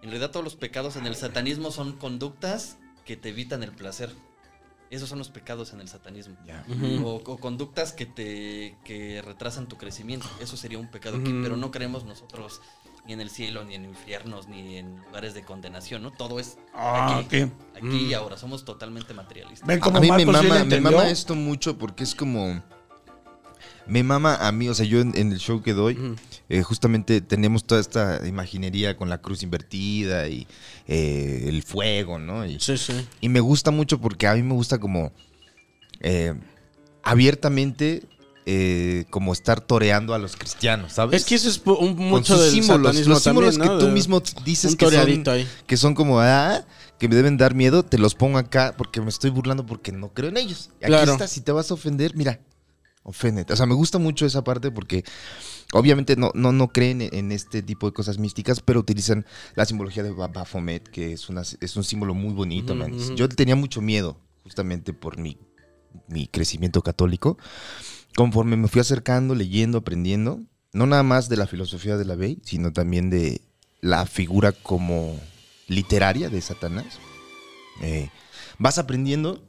Speaker 12: En realidad todos los pecados en el satanismo son conductas que te evitan el placer. Esos son los pecados en el satanismo.
Speaker 9: Ujú.
Speaker 12: O, o conductas que te que retrasan tu crecimiento. Eso sería un pecado aquí,
Speaker 9: Ujú.
Speaker 12: pero no creemos nosotros ni en el cielo, ni en infiernos, ni en lugares de condenación, ¿no? Todo es
Speaker 7: Ah,
Speaker 12: aquí,
Speaker 7: ok.
Speaker 12: aquí y
Speaker 9: Mm.
Speaker 12: ahora. Somos totalmente materialistas.
Speaker 6: A- a mí me mama, me mama esto mucho porque es como. Me mama a mí, o sea, yo en, en el show que doy, eh, justamente tenemos toda esta imaginería con la cruz invertida y eh, el fuego, ¿no? Y,
Speaker 9: sí, sí.
Speaker 6: Y me gusta mucho porque a mí me gusta como eh, abiertamente eh, como estar toreando a los cristianos, ¿sabes?
Speaker 9: Es que eso es po- un-
Speaker 6: Con
Speaker 9: mucho
Speaker 6: sus
Speaker 9: del
Speaker 6: símbolos,
Speaker 9: satanismo
Speaker 6: los símbolos
Speaker 9: también, ¿no?
Speaker 6: que tú
Speaker 9: De-
Speaker 6: mismo dices
Speaker 9: un
Speaker 6: que son,
Speaker 9: toreadito ahí.
Speaker 6: que son como, ah, que me deben dar miedo, te los pongo acá porque me estoy burlando porque no creo en ellos. Y Aquí
Speaker 9: Claro.
Speaker 6: está, si te vas a ofender, mira, oféndete. O sea, me gusta mucho esa parte porque obviamente no, no, no creen en este tipo de cosas místicas, pero utilizan la simbología de Ba- Baphomet, que es, una, es un símbolo muy bonito,
Speaker 13: Ujú,
Speaker 6: man.
Speaker 13: ujú.
Speaker 6: Yo tenía mucho miedo justamente por mi, mi crecimiento católico. Conforme me fui acercando, leyendo, aprendiendo, no nada más de la filosofía de la ley, sino también de la figura como literaria de Satanás. Eh, vas aprendiendo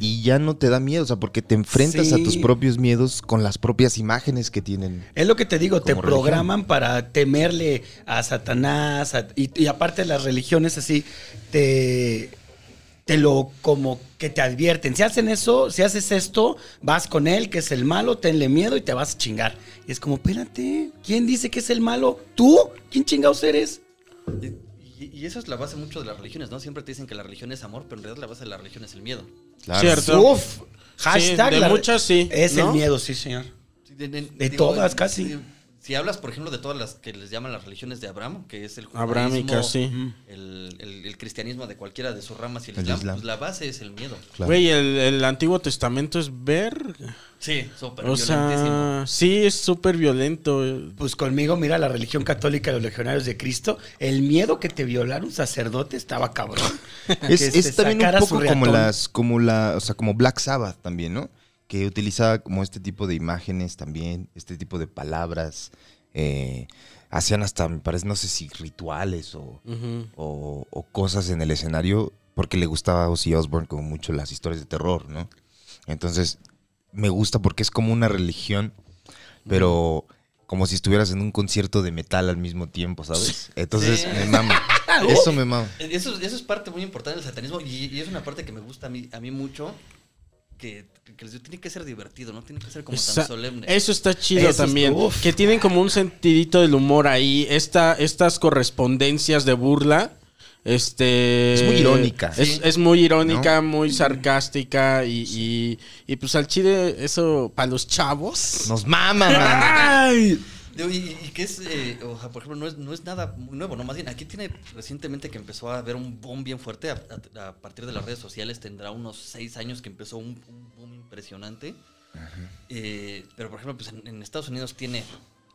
Speaker 6: y ya no te da miedo, o sea, porque te enfrentas a
Speaker 7: Sí.
Speaker 6: tus propios miedos con las propias imágenes que tienen.
Speaker 7: Es lo que te digo, te
Speaker 6: Como religión.
Speaker 7: programan para temerle a Satanás a- y, y aparte las religiones así te te lo como que te advierten, si hacen eso, si haces esto, vas con él que es el malo, tenle miedo y te vas a chingar. Y es como, espérate, ¿quién dice que es el malo? ¿Tú? ¿Quién chingados eres?
Speaker 12: Y, y eso es la base mucho de las religiones, ¿no? Siempre te dicen que la religión es amor, pero en realidad la base de la religión es el miedo.
Speaker 9: Cierto.
Speaker 7: Uf, hashtag
Speaker 9: Sí, de
Speaker 7: la-
Speaker 9: muchas sí.
Speaker 7: Es
Speaker 9: ¿no?
Speaker 7: el miedo, sí, señor.
Speaker 12: De,
Speaker 7: De todas, casi.
Speaker 12: Si, si hablas, por ejemplo, de todas las que les llaman las religiones de Abraham, que es el judaísmo,
Speaker 9: Abrámica, sí.
Speaker 12: el, el- el cristianismo de cualquiera de sus ramas y el,
Speaker 9: El
Speaker 12: islam,
Speaker 9: islam.
Speaker 12: pues la base es el miedo.
Speaker 9: Güey, el, el Antiguo Testamento es verga.
Speaker 12: Sí, súper
Speaker 9: O sea, sí, es súper violento.
Speaker 7: Pues conmigo, mira, la religión católica, los legionarios de Cristo, el miedo que te violara un sacerdote estaba cabrón.
Speaker 6: Es,
Speaker 7: Que
Speaker 6: es
Speaker 7: se
Speaker 6: también un
Speaker 7: sacara su
Speaker 6: poco como
Speaker 7: reatón.
Speaker 6: las, como la, o sea, como Black Sabbath también, ¿no? Que utilizaba como este tipo de imágenes también, este tipo de palabras. eh, hacían hasta, me parece, no sé si rituales o,
Speaker 9: Ujú.
Speaker 6: o, o cosas en el escenario, porque le gustaba a Ozzy Osbourne como mucho las historias de terror, ¿no? Entonces, me gusta porque es como una religión, pero como si estuvieras en un concierto de metal al mismo tiempo, ¿sabes? Entonces,
Speaker 12: Sí.
Speaker 6: me mama. Eso me mama.
Speaker 12: Eso, eso es parte muy importante del satanismo y, y es una parte que me gusta a mí, a mí mucho. Que, que les digo, tiene que ser divertido, no tiene que ser como
Speaker 9: Esa-
Speaker 12: tan solemne.
Speaker 9: Eso está chido
Speaker 12: Eso
Speaker 9: también.
Speaker 12: estuvo- uf.
Speaker 9: que tienen como un sentidito del humor ahí. Esta, estas correspondencias de burla. Este,
Speaker 6: Es muy irónica.
Speaker 9: Es,
Speaker 6: Sí.
Speaker 9: es muy irónica, muy sarcástica. Y, y- y, pues al chile, eso para los chavos.
Speaker 6: Nos mama, man.
Speaker 9: ¡Ay!
Speaker 12: Digo, y, y- y que es, eh, o sea, por ejemplo, no es, no es nada muy nuevo, ¿no? Más bien, aquí tiene recientemente que empezó a haber un boom bien fuerte a, a- a partir de las redes sociales. Tendrá unos seis años que empezó un, un boom impresionante. Eh, pero, por ejemplo, pues en, en Estados Unidos tiene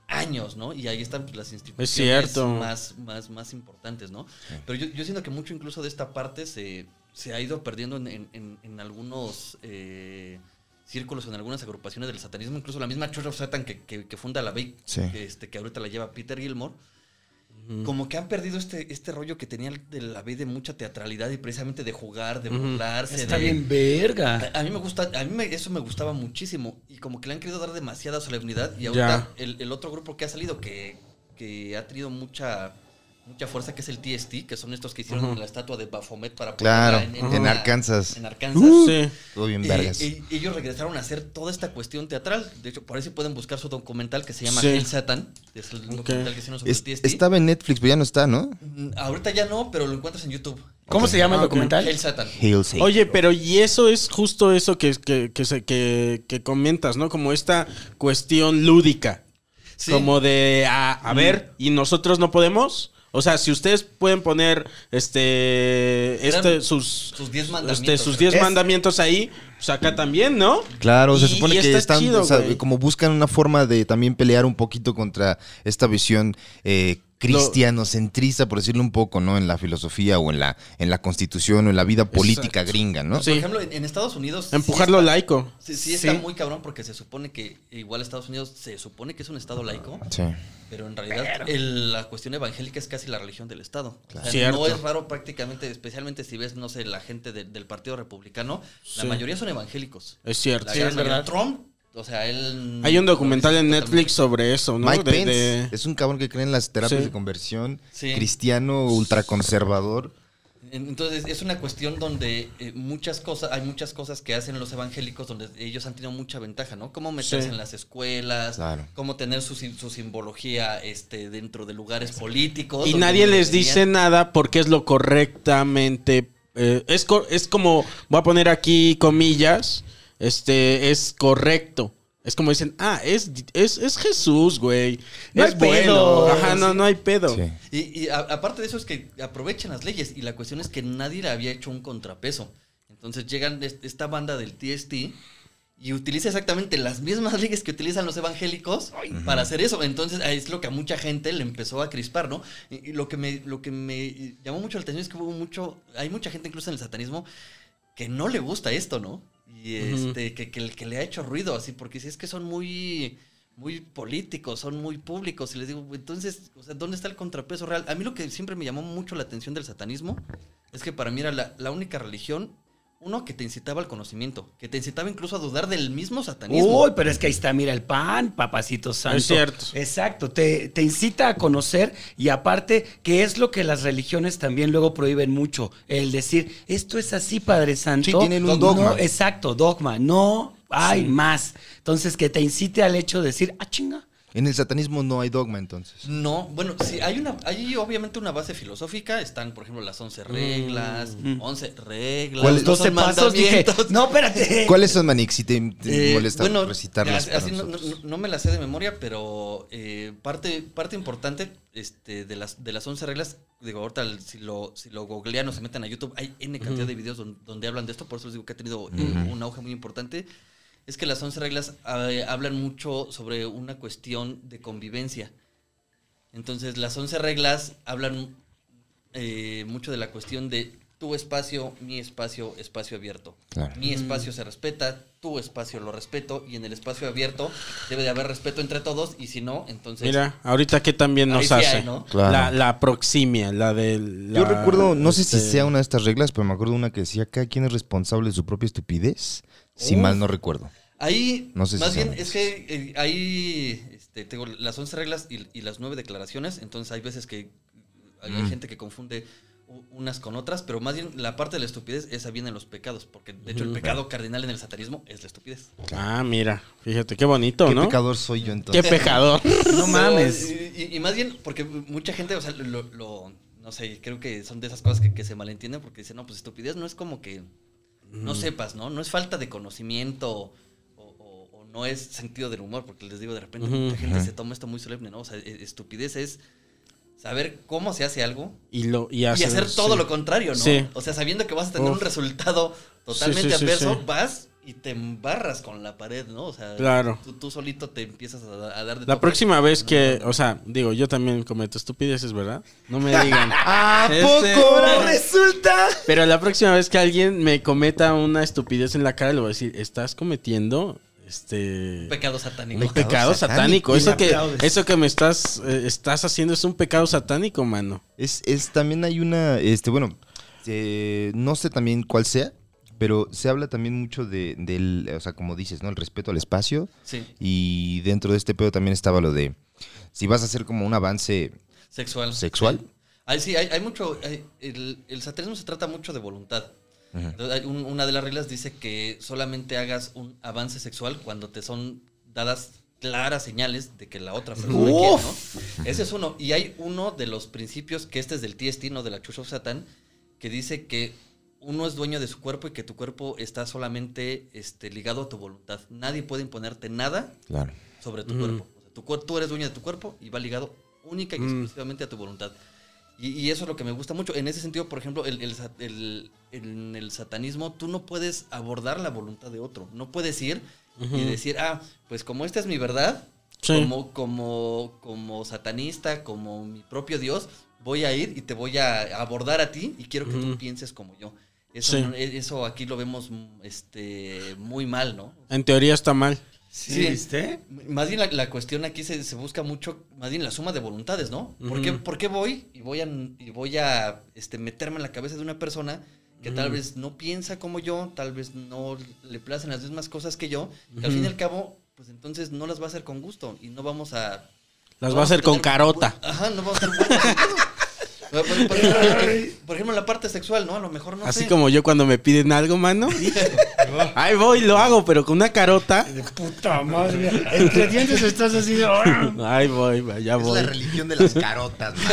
Speaker 12: años, ¿no? Y ahí están pues, las instituciones
Speaker 9: cierto.
Speaker 12: Más, más, más importantes, ¿no? Pero yo, yo siento que mucho incluso de esta parte se, se ha ido perdiendo en, en- en- en algunos... eh, círculos en algunas agrupaciones del satanismo, incluso la misma Church of Satan que, que- que funda la BIC,
Speaker 6: Sí.
Speaker 12: este, que ahorita la lleva Peter Gilmore, como que han perdido este, este rollo que tenía el de la B de mucha teatralidad y precisamente de jugar, de
Speaker 7: Ujú.
Speaker 12: burlarse.
Speaker 7: Está
Speaker 12: de-
Speaker 7: bien verga.
Speaker 12: A, a mí me gusta, a mí me- eso me gustaba muchísimo y como que le han querido dar demasiada solemnidad y ahorita el, el otro grupo que ha salido que, que ha tenido mucha mucha fuerza que es el TST, que son estos que hicieron
Speaker 6: Ujú.
Speaker 12: la estatua de Baphomet para
Speaker 6: Claro,
Speaker 12: ponerla
Speaker 6: en
Speaker 12: una-
Speaker 6: Arkansas.
Speaker 12: En Arkansas.
Speaker 6: Uh, sí. Estuvo bien
Speaker 9: Eh,
Speaker 12: Y-
Speaker 6: vergas.
Speaker 12: y- y ellos regresaron a hacer toda esta cuestión teatral. De hecho, por ahí sí pueden buscar su documental que se llama
Speaker 6: Sí.
Speaker 12: Hell Satan. Es el documental que hicieron sobre
Speaker 6: Es-
Speaker 12: el TST.
Speaker 6: estaba en Netflix, pero ya no está, ¿no?
Speaker 12: Mm, Ahorita ya no, pero lo encuentras en YouTube.
Speaker 7: ¿Cómo se llama el
Speaker 12: Ah, ok.
Speaker 7: documental?
Speaker 12: Hell Satan.
Speaker 6: Hail Satan.
Speaker 9: Oye, pero y eso es justo eso que, que, que se- que- que comentas, ¿no? Como esta cuestión lúdica.
Speaker 12: Sí.
Speaker 9: Como de, a, a
Speaker 12: Mm.
Speaker 9: ver, ¿y nosotros no podemos? O sea, si ustedes pueden poner este, este
Speaker 12: Eran
Speaker 9: sus,
Speaker 12: sus diez
Speaker 9: este,
Speaker 12: mandamientos, Mm.
Speaker 9: sus
Speaker 12: creo.
Speaker 9: 10
Speaker 12: Es-
Speaker 9: mandamientos ahí, pues acá también, ¿no?
Speaker 6: Claro, se
Speaker 9: Y-
Speaker 6: supone
Speaker 9: y
Speaker 6: que
Speaker 9: está
Speaker 6: están,
Speaker 9: chido,
Speaker 6: o sea,
Speaker 9: güey.
Speaker 6: como buscan una forma de también pelear un poquito contra esta visión eh, cristianocentrista, por decirlo un poco, ¿no? En la filosofía o en la, en la constitución o en la vida política gringa, ¿no?
Speaker 12: Por ejemplo, en, en Estados Unidos.
Speaker 9: Empujarlo
Speaker 12: sí está-
Speaker 9: laico.
Speaker 12: Sí, sí está
Speaker 9: Sí.
Speaker 12: muy cabrón porque se supone que, igual Estados Unidos se supone que es un estado laico.
Speaker 6: Sí.
Speaker 12: Pero en realidad
Speaker 9: Ah, Pero-
Speaker 12: el- la cuestión evangélica es casi la religión del Estado. O
Speaker 9: Claro.
Speaker 12: sea,
Speaker 9: Cierto.
Speaker 12: no es raro prácticamente, especialmente si ves, no sé, la gente de- del Partido Republicano, la
Speaker 9: Sí.
Speaker 12: mayoría son evangélicos.
Speaker 9: Es cierto.
Speaker 12: La
Speaker 9: Sí,
Speaker 12: gran
Speaker 9: es
Speaker 12: mayoría.
Speaker 9: verdad.
Speaker 12: Trump O sea, él.
Speaker 9: Hay un documental en Netflix sobre eso, ¿no?
Speaker 11: Mike
Speaker 9: De-
Speaker 11: Pence
Speaker 9: de-
Speaker 11: es un cabrón que cree en las terapias
Speaker 9: Sí.
Speaker 11: de conversión,
Speaker 12: Sí.
Speaker 11: cristiano, ultraconservador.
Speaker 12: En- Entonces es una cuestión donde eh, muchas cosas, hay muchas cosas que hacen los evangélicos donde ellos han tenido mucha ventaja, ¿no? Cómo meterse
Speaker 11: Sí.
Speaker 12: en las escuelas,
Speaker 11: Claro.
Speaker 12: cómo tener su, sim- su simbología este, dentro de lugares políticos.
Speaker 9: Y
Speaker 12: donde
Speaker 9: nadie
Speaker 12: no
Speaker 9: les
Speaker 12: deberían.
Speaker 9: dice nada porque es lo correctamente. eh, es, co- es como, voy a poner aquí comillas, este, es correcto. Es como dicen, ah, es, es, es Jesús, güey.
Speaker 12: No
Speaker 9: es
Speaker 12: hay pedo.
Speaker 9: Ajá, no, no hay pedo.
Speaker 12: Y, y a- aparte de eso es que aprovechan las leyes y la cuestión es que nadie le había hecho un contrapeso. Entonces llegan es- esta banda del TST y utiliza exactamente las mismas leyes que utilizan los evangélicos para hacer eso. Entonces ahí es lo que a mucha gente le empezó a crispar, ¿no? Y, y lo que me lo que me llamó mucho la atención es que hubo mucho hay mucha gente incluso en el satanismo que no le gusta esto, ¿no? Y
Speaker 9: Ujú.
Speaker 12: este que, que, que le ha hecho ruido así porque si es que son muy muy políticos, son muy públicos. Y les digo, entonces, o sea, ¿dónde está el contrapeso real? A mí lo que siempre me llamó mucho la atención del satanismo es que para mí era la, la única religión, uno, que te incitaba al conocimiento, que te incitaba incluso a dudar del mismo satanismo.
Speaker 7: Uy, pero es que ahí está, mira, el pan, papacito santo.
Speaker 9: Es cierto.
Speaker 7: Exacto, te, te incita a conocer y aparte, que es lo que las religiones también luego prohíben mucho, el decir, esto es así, Padre Santo.
Speaker 11: Sí, tienen un
Speaker 7: No,
Speaker 11: dogma.
Speaker 7: exacto, dogma, no hay más. Entonces, que te incite al hecho de decir, ah, chinga.
Speaker 11: En el satanismo no hay dogma entonces.
Speaker 12: No, bueno, sí, hay una, hay obviamente una base filosófica, están, por ejemplo, las 11 reglas, 11 reglas,
Speaker 11: ¿Cuáles?
Speaker 12: no son
Speaker 7: 12 Mm. pasos, dije,
Speaker 12: mandamientos.
Speaker 7: no, espérate.
Speaker 11: ¿Cuáles son, Manix, si te, te
Speaker 12: Eh,
Speaker 11: molesta
Speaker 12: bueno,
Speaker 11: recitarlas?
Speaker 12: as-
Speaker 11: para
Speaker 12: así no,
Speaker 11: nosotros?
Speaker 12: no- no me la sé de memoria, pero eh, parte, parte importante este, de, las, de las 11 reglas, digo, ahorita el- si lo, si lo googlean o se meten a YouTube, hay N cantidad de videos don- donde, hablan de esto, por eso les digo que ha tenido eh,
Speaker 11: Ujú.
Speaker 12: un auge muy importante. Es que las 11 reglas eh, hablan mucho sobre una cuestión de convivencia. Entonces, las 11 reglas hablan eh, mucho de la cuestión de tu espacio, mi espacio, espacio abierto.
Speaker 11: Claro.
Speaker 12: Mi espacio se respeta, tu espacio lo respeto y en el espacio abierto debe de haber respeto entre todos y si no, entonces...
Speaker 9: Mira, ahorita que también
Speaker 12: Ahí
Speaker 9: nos
Speaker 12: sí hay,
Speaker 9: hace.
Speaker 12: ¿no?
Speaker 11: Claro.
Speaker 9: la, la proximia, la este, del.
Speaker 11: Yo recuerdo, no sé si sea una de estas reglas, pero me acuerdo una que decía, cada quien es responsable de su propia estupidez, si
Speaker 12: Uf.
Speaker 11: mal no recuerdo.
Speaker 12: Ahí,
Speaker 11: No sé si
Speaker 12: más
Speaker 11: sean
Speaker 12: bien, es que eh, hay este, tengo las 11 reglas y, y las 9 declaraciones, entonces hay veces que hay, hay
Speaker 11: Mm.
Speaker 12: gente que confunde u- unas con otras, pero más bien la parte de la estupidez, esa viene en los pecados, porque de hecho el
Speaker 9: Ujú.
Speaker 12: pecado cardinal en el satanismo es la estupidez.
Speaker 9: Ah, mira, fíjate, qué bonito,
Speaker 11: ¿Qué
Speaker 9: ¿no?
Speaker 11: pecador soy yo
Speaker 9: Qué
Speaker 11: entonces?
Speaker 9: pecador.
Speaker 7: No mames.
Speaker 12: Y, y- y más bien, porque mucha gente, o sea, lo, lo- no sé, creo que son de esas cosas que, que se malentienden porque dicen, no, pues estupidez no es como que no sepas, ¿no? No es falta de conocimiento o, o- o no es sentido del humor, porque les digo, de repente
Speaker 9: Ujú.
Speaker 12: mucha gente
Speaker 11: Ujú.
Speaker 12: se toma esto muy solemne, ¿no? O sea, e- estupidez es saber cómo se hace algo
Speaker 9: Y, lo, y,
Speaker 12: y
Speaker 9: hacer,
Speaker 12: hacer todo
Speaker 9: sí.
Speaker 12: lo contrario, ¿no?
Speaker 9: Sí.
Speaker 12: O sea, sabiendo que vas a tener
Speaker 9: Uf.
Speaker 12: un resultado totalmente
Speaker 9: Sí, sí, sí,
Speaker 12: adverso,
Speaker 9: sí.
Speaker 12: vas y te embarras con la pared, ¿no? O sea,
Speaker 9: Claro.
Speaker 12: tú, tú solito te empiezas a, da- a dar de
Speaker 9: La
Speaker 12: topes.
Speaker 9: próxima vez que, o sea, digo, yo también cometo estupideces, ¿verdad? No me digan.
Speaker 11: ¿A
Speaker 9: Este-
Speaker 11: poco?
Speaker 7: resulta.
Speaker 9: Pero la próxima vez que alguien me cometa una estupidez en la cara, le voy a decir, estás cometiendo este
Speaker 12: Un pecado satánico.
Speaker 9: un pecado satánico.
Speaker 11: satánico.
Speaker 9: Eso
Speaker 7: Y
Speaker 9: que,
Speaker 7: aplaudes.
Speaker 9: eso que me estás, eh, estás haciendo es un pecado satánico, mano.
Speaker 11: Es, es- también hay una, este, bueno, eh, no sé también cuál sea, pero se habla también mucho de, del, o sea, como dices, ¿no? El respeto al espacio
Speaker 12: Sí,
Speaker 11: y dentro de este pedo también estaba lo de, si vas a hacer como un avance
Speaker 12: sexual.
Speaker 11: sexual,
Speaker 12: Ay, sí, hay, hay mucho. hay- el, el satanismo se trata mucho de voluntad. Entonces, hay un- una de las reglas dice que solamente hagas un avance sexual cuando te son dadas claras señales de que la otra persona quiere, ¿no? Ese es uno. Y hay uno de los principios, que este es del TST, no de la Church of Satan, que dice que uno es dueño de su cuerpo y que tu cuerpo está solamente este, ligado a tu voluntad. Nadie puede imponerte nada
Speaker 11: claro.
Speaker 12: sobre tu cuerpo. O sea, tu cuer- tú eres dueño de tu cuerpo y va ligado única y
Speaker 9: Mm.
Speaker 12: exclusivamente a tu voluntad. Y, y eso es lo que me gusta mucho. En ese sentido, por ejemplo, el, el sa- el- en el satanismo tú no puedes abordar la voluntad de otro. No puedes ir y decir, ah, pues como esta es mi verdad,
Speaker 9: Sí.
Speaker 12: como, como, como satanista, como mi propio Dios, voy a ir y te voy a abordar a ti y quiero que tú pienses como yo. Eso,
Speaker 9: Sí.
Speaker 12: no- e- eso aquí lo vemos mm, este, muy mal, ¿no?
Speaker 9: En teoría está mal.
Speaker 7: Sí, ¿viste?
Speaker 12: Más bien la, la cuestión aquí se, se busca mucho, más bien la suma de voluntades, ¿no? ¿Por, qué,
Speaker 9: Ujú.
Speaker 12: por qué voy y voy a, y voy a este, meterme en la cabeza de una persona que tal vez no piensa como yo, tal vez no le placen las mismas cosas que yo, que al fin y al cabo pues entonces no las va a hacer con gusto y no vamos a... no
Speaker 9: Las va a
Speaker 12: vamos
Speaker 9: hacer con
Speaker 12: tener-
Speaker 9: carota.
Speaker 12: Ajá, no vamos a hacer por, por- por ejemplo, por ejemplo, la parte sexual, ¿no? A lo mejor no
Speaker 9: Así
Speaker 12: sé.
Speaker 9: como yo cuando me piden algo, mano. Ahí voy, lo hago, pero con una carota.
Speaker 7: Puta madre. Entre dientes estás así de. "Arr".
Speaker 9: Ahí voy, va, ya voy.
Speaker 11: religión de las carotas,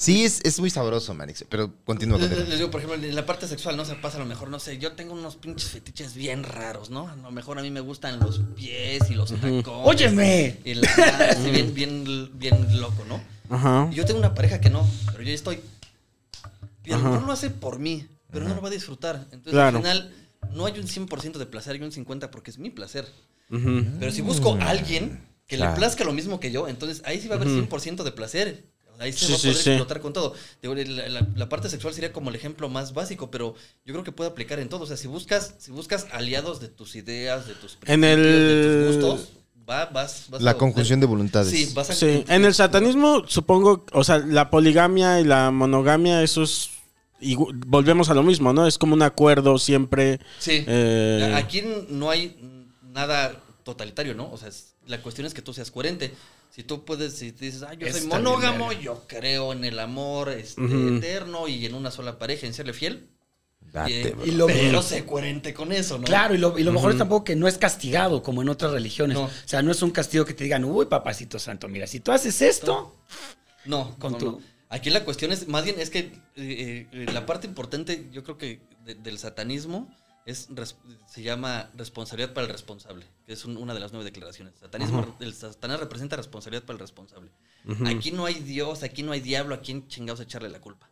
Speaker 11: Sí, es, es muy sabroso, Manix. Pero continúa
Speaker 12: Les,
Speaker 11: con
Speaker 12: les digo, por ejemplo, en la parte sexual, ¿no? Se pasa a lo mejor, no sé, yo tengo unos pinches fetiches bien raros, ¿no? A lo mejor a mí me gustan los pies y los tacones.
Speaker 7: ¡Óyeme!
Speaker 12: Y la cara, así bien, bien, bien loco, ¿no?
Speaker 9: Ajá.
Speaker 12: Y Yo tengo una pareja que no, pero yo estoy. Y a lo
Speaker 9: Ajá.
Speaker 12: mejor lo hace por mí, pero no lo va a disfrutar. Entonces,
Speaker 9: Claro.
Speaker 12: al final, no hay un 100% de placer, hay un 50% porque es mi placer.
Speaker 9: Ujú.
Speaker 12: Pero si busco a alguien que
Speaker 9: Mm. Claro.
Speaker 12: le plazca lo mismo que yo, entonces ahí sí va a haber
Speaker 9: Ujú.
Speaker 12: 100% de placer. Ahí se
Speaker 9: Sí,
Speaker 12: va a
Speaker 9: sí,
Speaker 12: poder
Speaker 9: sí.
Speaker 12: explotar con todo. Digo, la, la- la parte sexual sería como el ejemplo más básico, pero yo creo que puede aplicar en todo. O sea, si buscas, si buscas aliados de tus ideas, de tus
Speaker 9: En el-
Speaker 12: principios, de tus gustos, va- vas, vas
Speaker 6: La
Speaker 12: a-
Speaker 6: conjunción de voluntades.
Speaker 12: Sí, vas a
Speaker 9: Sí, en el satanismo supongo, o sea, la poligamia y la monogamia, eso es... y gu- volvemos a lo mismo, ¿no? Es como un acuerdo siempre...
Speaker 12: Sí.
Speaker 9: eh,
Speaker 12: Aquí no hay nada totalitario, ¿no? O sea, es- la cuestión es que tú seas coherente. Si tú puedes, si te dices, ah, yo soy
Speaker 7: Está bien,
Speaker 12: monógamo,
Speaker 7: verga.
Speaker 12: yo creo en el amor este,
Speaker 9: Ujú.
Speaker 12: eterno y en una sola pareja, en serle fiel.
Speaker 6: Date,
Speaker 12: eh,
Speaker 6: bro.
Speaker 12: y lo- pero
Speaker 7: Ujú.
Speaker 12: sé coherente con eso, ¿no?
Speaker 7: Claro, y lo, y lo mejor
Speaker 9: Ujú.
Speaker 7: es tampoco que no es castigado como en otras religiones.
Speaker 12: No.
Speaker 7: O sea, no es un castigo que te digan, uy, papacito santo, mira, si tú haces esto,
Speaker 12: No,
Speaker 7: Con
Speaker 12: no,
Speaker 7: tu-
Speaker 12: no. Aquí la cuestión es, más bien es que eh, eh, la parte importante, yo creo que de- del satanismo es res- se llama responsabilidad para el responsable, que es un- una de las nueve declaraciones. Satanismo,
Speaker 9: Ajá.
Speaker 12: el satanás representa responsabilidad para el responsable.
Speaker 9: Ujú.
Speaker 12: Aquí no hay Dios, aquí no hay diablo, aquí en chingados echarle la culpa.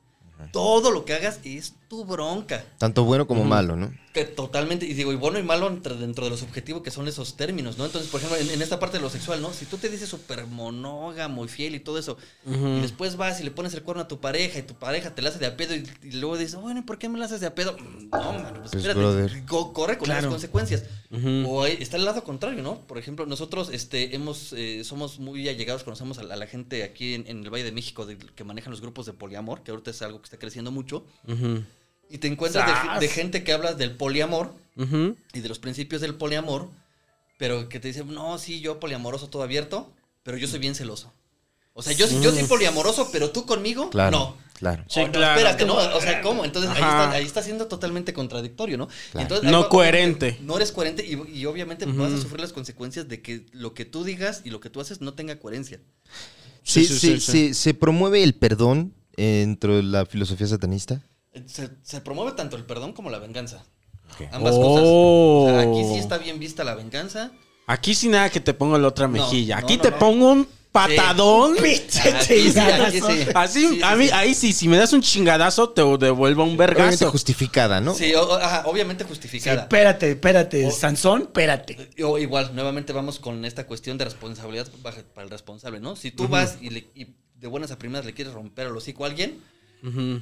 Speaker 12: Todo lo que hagas es tu bronca.
Speaker 6: Tanto bueno como malo, ¿no?
Speaker 12: Que totalmente, y digo, y bueno y malo entre- dentro de los objetivos que son esos términos, ¿no? Entonces, por ejemplo, en, en esta parte de lo sexual, ¿no? Si tú te dices súper monógamo y fiel y todo eso, y después vas y le pones el cuerno a tu pareja y tu pareja te la hace de a pedo y, y luego dices, bueno, ¿y por qué me la haces de a pedo? Mm, No, mano, pues,
Speaker 6: Pues,
Speaker 12: espérate,
Speaker 6: brother.
Speaker 12: co- corre con
Speaker 7: Claro.
Speaker 12: las consecuencias.
Speaker 9: Ujú.
Speaker 12: O ahí está el lado contrario, ¿no? Por ejemplo, nosotros este, hemos, eh, somos muy allegados, conocemos a, la- a la gente aquí en, en el Valle de México de- que manejan los grupos de poliamor, que ahorita es algo que está creciendo mucho,
Speaker 9: Ujú.
Speaker 12: y te encuentras de-
Speaker 7: ¡Sas!
Speaker 12: de gente que habla del poliamor
Speaker 9: Ujú.
Speaker 12: y de los principios del poliamor, pero que te dicen, no, sí, yo poliamoroso todo abierto, pero yo soy bien celoso. O sea, yo, yo soy poliamoroso, pero tú conmigo,
Speaker 6: Mm. Claro.
Speaker 12: no.
Speaker 6: Claro.
Speaker 9: Sí,
Speaker 12: Oh, no,
Speaker 9: claro.
Speaker 12: Espérate, ¿no? O sea, ¿cómo? Entonces ahí
Speaker 9: Ajá.
Speaker 12: está, ahí está siendo totalmente contradictorio, ¿no?
Speaker 6: Claro.
Speaker 12: Entonces,
Speaker 9: No
Speaker 12: ahí va-
Speaker 9: coherente.
Speaker 12: No eres coherente y, y obviamente
Speaker 9: Ujú.
Speaker 12: vas a sufrir las consecuencias de que lo que tú digas y lo que tú haces no tenga coherencia.
Speaker 6: Sí,
Speaker 9: Sí, sí,
Speaker 6: sí,
Speaker 9: sí,
Speaker 6: Se, se promueve el perdón eh, dentro de la filosofía satanista.
Speaker 12: Eh, Se, se promueve tanto el perdón como la venganza.
Speaker 6: Ok.
Speaker 12: Ambas
Speaker 9: Oh.
Speaker 12: cosas. O sea, aquí sí está bien vista la venganza.
Speaker 9: Aquí sin nada que te pongo la otra
Speaker 12: No,
Speaker 9: mejilla.
Speaker 12: no,
Speaker 9: Aquí
Speaker 12: no,
Speaker 9: te
Speaker 12: no.
Speaker 9: pongo un patadón.
Speaker 12: Aquí sí, aquí sí.
Speaker 9: Así,
Speaker 12: Sí, sí,
Speaker 9: a mí,
Speaker 12: sí.
Speaker 9: ahí sí, si me das un chingadazo, te devuelvo un
Speaker 6: Obviamente
Speaker 9: vergazo.
Speaker 6: justificada, ¿no?
Speaker 12: Sí, o- o- ajá, obviamente
Speaker 7: sí,
Speaker 12: justificada.
Speaker 7: espérate, espérate,
Speaker 12: O-
Speaker 7: Sansón, espérate.
Speaker 12: O igual, nuevamente vamos con esta cuestión de responsabilidad baja- para el responsable, ¿no? Si tú vas y, le- y de buenas a primeras le quieres romper el hocico a alguien,
Speaker 9: Ujú.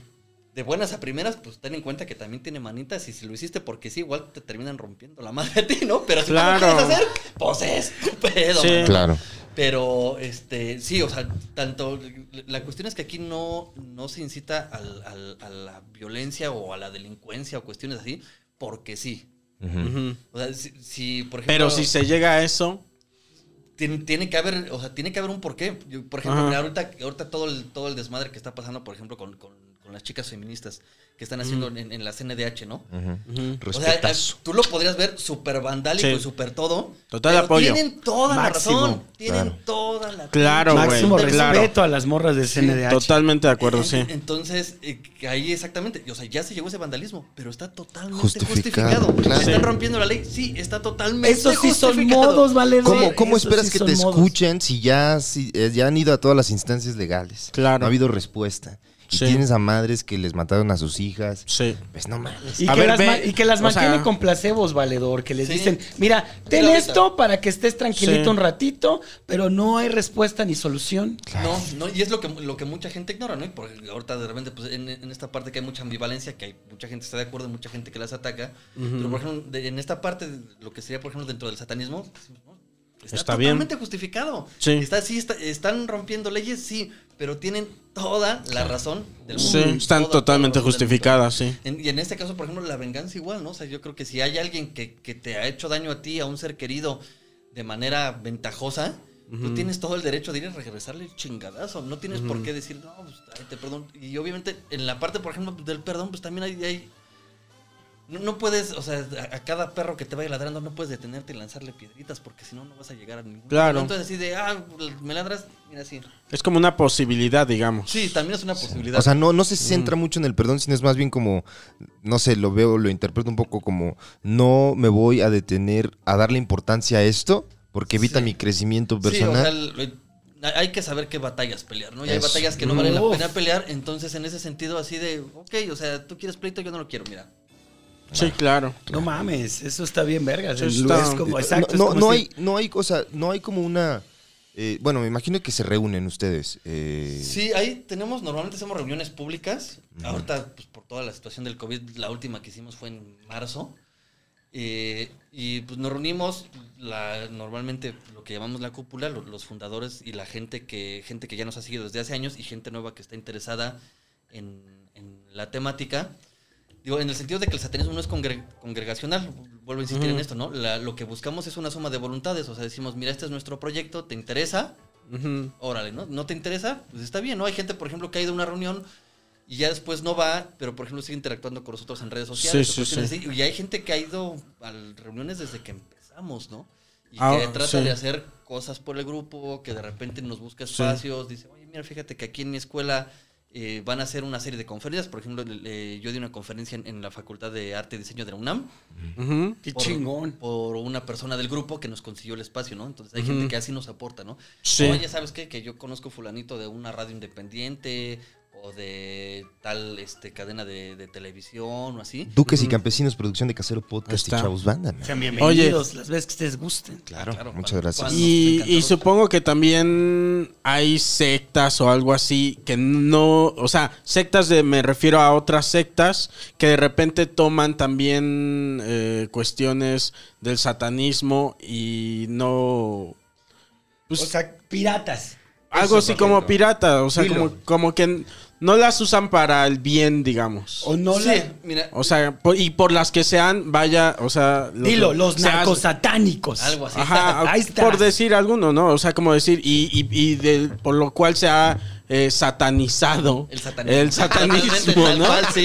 Speaker 12: de buenas a primeras, pues ten en cuenta que también tiene manitas y si lo hiciste porque sí, igual te terminan rompiendo la madre a ti, ¿no? Pero si no
Speaker 9: Claro.
Speaker 12: lo quieres hacer, pues es tu pedo,
Speaker 9: Sí.
Speaker 12: mano.
Speaker 6: Claro.
Speaker 12: Pero, este, sí, o sea, tanto. La cuestión es que aquí no, no se incita al- al- a la violencia o a la delincuencia o cuestiones así, porque sí. Mm.
Speaker 9: Ujú.
Speaker 12: O sea, si, si, por ejemplo.
Speaker 9: Pero si se llega a eso,
Speaker 12: tiene, tiene que haber, o sea, tiene que haber un porqué. Yo, por ejemplo,
Speaker 9: Ajá.
Speaker 12: mira, ahorita, ahorita todo el, todo el desmadre que está pasando, por ejemplo, con, con- con las chicas feministas que están haciendo
Speaker 9: Mm.
Speaker 12: en, en la CNDH, ¿no?
Speaker 9: ujú,
Speaker 12: O sea,
Speaker 6: Respetazo.
Speaker 12: eh, tú lo podrías ver súper vandálico
Speaker 9: Mm, Sí.
Speaker 12: y súper todo.
Speaker 9: Total
Speaker 12: pero
Speaker 9: apoyo.
Speaker 12: Tienen toda
Speaker 7: Máximo.
Speaker 12: la razón. Tienen
Speaker 6: Claro.
Speaker 12: toda la
Speaker 9: Claro, güey.
Speaker 7: Máximo
Speaker 9: claro.
Speaker 7: respeto a las morras de CNDH.
Speaker 9: totalmente de acuerdo, sí.
Speaker 12: Entonces, eh, que ahí exactamente, o sea, ya se llegó ese vandalismo, pero está totalmente
Speaker 6: Justificado,
Speaker 12: justificado.
Speaker 6: claro.
Speaker 12: Están rompiendo la ley, sí, está totalmente
Speaker 7: Esos sí son
Speaker 12: justificado.
Speaker 7: modos, Valedor.
Speaker 6: ¿Cómo, cómo
Speaker 7: Esos
Speaker 6: esperas
Speaker 7: Pues sí
Speaker 6: que
Speaker 7: son
Speaker 6: te
Speaker 7: modos.
Speaker 6: escuchen si ya, si, eh, ya han ido a todas las instancias legales?
Speaker 9: Claro.
Speaker 6: No ha habido respuesta. Y
Speaker 9: Sí.
Speaker 6: tienes a madres que les mataron a sus hijas.
Speaker 9: Sí.
Speaker 6: Pues no mames.
Speaker 7: Y
Speaker 9: A
Speaker 7: que,
Speaker 9: ver,
Speaker 7: las
Speaker 9: ve,
Speaker 7: ma- y que las
Speaker 9: o
Speaker 7: mantienen
Speaker 9: sea-
Speaker 7: con placebos, valedor, que les
Speaker 12: Sí.
Speaker 7: dicen, mira, ten
Speaker 12: ahorita.
Speaker 7: esto para que estés tranquilito
Speaker 9: Sí.
Speaker 7: un ratito, pero no hay respuesta ni solución.
Speaker 12: No, no, y es lo que, lo que mucha gente ignora, ¿no? Y por- ahorita de repente, pues en, en esta parte que hay mucha ambivalencia, que hay mucha gente que está de acuerdo, mucha gente que las ataca. Pero por ejemplo, de- en esta parte, de lo que sería, por ejemplo, dentro del satanismo, pues, decimos, ¿no? Está,
Speaker 9: Está bien.
Speaker 12: totalmente justificado.
Speaker 9: Sí.
Speaker 12: Está, sí, está- están rompiendo leyes, sí, pero tienen toda la razón del
Speaker 9: Sí,
Speaker 12: mundo.
Speaker 9: están
Speaker 12: Toda, toda
Speaker 9: totalmente
Speaker 12: la razón del mundo.
Speaker 9: justificadas, sí.
Speaker 12: En- y en este caso, por ejemplo, la venganza igual, ¿no? O sea, yo creo que si hay alguien que, que te ha hecho daño a ti, a un ser querido, de manera ventajosa,
Speaker 9: Ujú.
Speaker 12: tú tienes todo el derecho de ir a regresarle el chingadazo. No tienes por
Speaker 9: Ujú.
Speaker 12: qué decir, no, pues, ay, te perdón. Y obviamente, en la parte, por ejemplo, del perdón, pues también hay... hay- no, no puedes, o sea, a, a cada perro que te vaya ladrando no puedes detenerte y lanzarle piedritas porque si no, no vas a llegar a ningún
Speaker 9: Claro.
Speaker 12: punto. Entonces, así de, ah, me ladras, mira así.
Speaker 9: Es como una posibilidad, digamos.
Speaker 12: Sí, también es una posibilidad.
Speaker 6: O sea, no, no se centra mucho en el perdón, sino es más bien como, no sé, lo veo, lo interpreto un poco como, no me voy a detener a darle importancia a esto porque evita mi crecimiento personal.
Speaker 12: Sí, o sea, el- el- hay que saber qué batallas pelear, ¿no? Y hay
Speaker 6: Eso.
Speaker 12: batallas que no valen la
Speaker 6: Uf.
Speaker 12: pena pelear, entonces en ese sentido así de, ok, o sea, tú quieres pleito, yo no lo quiero, mira.
Speaker 9: Sí, claro.
Speaker 7: No mames, eso está bien vergas.
Speaker 6: Eso
Speaker 7: Es
Speaker 6: está-
Speaker 7: como, exacto. es
Speaker 6: no,
Speaker 7: como
Speaker 6: no
Speaker 7: si-
Speaker 6: hay, no hay, o sea, no hay como una. eh, bueno, me imagino que se reúnen ustedes. eh,
Speaker 12: Sí, ahí tenemos, normalmente hacemos reuniones públicas. Ahorita, pues por toda la situación del COVID, la última que hicimos fue en marzo. Eh, y pues nos reunimos, la, normalmente lo que llamamos la cúpula, lo- los fundadores y la gente que, gente que ya nos ha seguido desde hace años y gente nueva que está interesada en, en la temática. Digo, en el sentido de que el satanismo no es congre- congregacional, vuelvo a insistir
Speaker 9: Ujú.
Speaker 12: en esto, ¿no? La- lo que buscamos es una suma de voluntades, o sea, decimos, mira, este es nuestro proyecto, ¿te interesa?
Speaker 9: Ujú.
Speaker 12: órale, ¿no? ¿No te interesa? Pues está bien, ¿no? Hay gente, por ejemplo, que ha ido a una reunión y ya después no va, pero por ejemplo sigue interactuando con nosotros en redes sociales.
Speaker 9: Sí,
Speaker 12: o
Speaker 9: sí,
Speaker 12: cuestiones
Speaker 9: sí.
Speaker 12: así. Y hay gente que ha ido a reuniones desde que empezamos, ¿no? Y
Speaker 9: Ah,
Speaker 12: que trata
Speaker 9: sí.
Speaker 12: de hacer cosas por el grupo, que de repente nos busca espacios, dice, oye, mira, fíjate que aquí en mi escuela eh, van a hacer una serie de conferencias. Por ejemplo, el- eh, yo di una conferencia en, en la Facultad de Arte y Diseño de la UNAM.
Speaker 9: Ujú.
Speaker 7: Qué
Speaker 12: Por-
Speaker 7: chingón.
Speaker 12: Por una persona del grupo que nos consiguió el espacio, ¿no? Entonces hay
Speaker 9: Ujú.
Speaker 12: gente que así nos aporta, ¿no?
Speaker 9: Sí.
Speaker 12: Oye, ¿sabes qué? Que yo conozco fulanito de una radio independiente o de tal este, cadena de, de televisión o así.
Speaker 6: Duques y Campesinos, producción de Casero Podcast y
Speaker 9: Ahí está.
Speaker 6: Chavos Banda. ¿no?
Speaker 7: Sean bienvenidos
Speaker 9: bienvenidos
Speaker 7: las veces que ustedes gusten.
Speaker 6: Claro, muchas
Speaker 12: cuando-
Speaker 6: gracias.
Speaker 12: cuando-
Speaker 9: Y, y supongo que también hay sectas o algo así que no, o sea, sectas de, me refiero a otras sectas que de repente toman también eh, cuestiones del satanismo y no... pues,
Speaker 7: o sea, piratas.
Speaker 9: algo así como pirata, o sea,
Speaker 7: Dilo.
Speaker 9: como, como que no las usan para el bien, digamos.
Speaker 7: O no
Speaker 12: Sí,
Speaker 7: la-
Speaker 12: mira,
Speaker 9: O sea, por- y por las que sean, vaya, o sea... lo-
Speaker 7: Dilo, los
Speaker 9: se hace-
Speaker 7: narcosatánicos.
Speaker 12: algo así.
Speaker 9: Ajá, ah,
Speaker 7: Ahí está.
Speaker 9: por decir alguno, ¿no? O sea, como decir, y, y- y de- por lo cual se ha eh, satanizado.
Speaker 12: El satanismo.
Speaker 9: El satanismo,
Speaker 12: Totalmente,
Speaker 9: ¿no?
Speaker 12: tal cual, sí.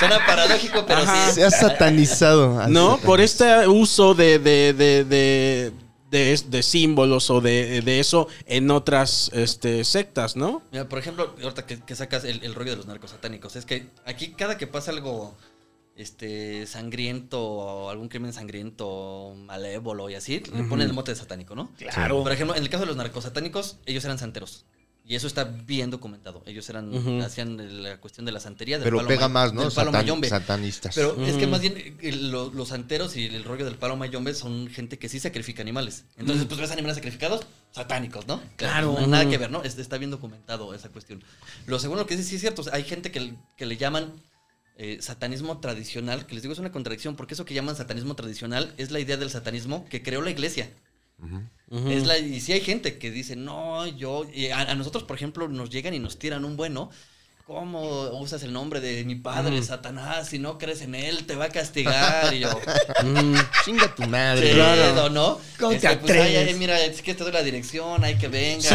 Speaker 12: Suena paradójico, pero
Speaker 9: Ajá.
Speaker 12: sí.
Speaker 6: Se ha satanizado. Ah,
Speaker 9: ¿No?
Speaker 6: satanizado.
Speaker 9: Por este uso de, de, de, de, de es- de símbolos o de, de eso en otras este, sectas, ¿no?
Speaker 12: Mira, por ejemplo, ahorita que, que sacas el, el rollo de los narcosatánicos, es que aquí cada que pasa algo este sangriento o algún crimen sangriento, malévolo y así, le ponen el mote de satánico, ¿no?
Speaker 7: Claro.
Speaker 12: Por ejemplo, en el caso de los narcosatánicos, ellos eran santeros. Y eso está bien documentado. Ellos eran
Speaker 9: Ujú.
Speaker 12: hacían la cuestión de la santería del
Speaker 6: Pero
Speaker 12: palo
Speaker 6: pega
Speaker 12: may-
Speaker 6: más, ¿no?
Speaker 12: del palo
Speaker 6: Satan-
Speaker 12: mayombe.
Speaker 6: satanistas.
Speaker 12: Pero es que
Speaker 9: Mm.
Speaker 12: más bien eh, lo- los santeros y el rollo del palo mayombe son gente que sí sacrifica animales. Entonces, pues ves animales sacrificados, satánicos, ¿no?
Speaker 7: Claro.
Speaker 12: No hay Nada que ver, ¿no? Es- Está bien documentado esa cuestión. Lo segundo lo que dices, sí es cierto. o sea, hay gente que, l- que le llaman eh, satanismo tradicional, que les digo es una contradicción, porque eso que llaman satanismo tradicional es la idea del satanismo que creó la iglesia. Es la, y si hay gente que dice, no, yo. y a, a nosotros, por ejemplo, nos llegan y nos tiran un bueno. ¿Cómo usas el nombre de mi padre, Satanás? Si no crees en él, te va a castigar. Y yo,
Speaker 6: Chinga tu madre.
Speaker 12: claro. ¿no?
Speaker 7: ¿Cómo te
Speaker 12: Este, pues, ay,
Speaker 7: atreves?
Speaker 12: ay, mira, es que te doy la dirección, hay que venga.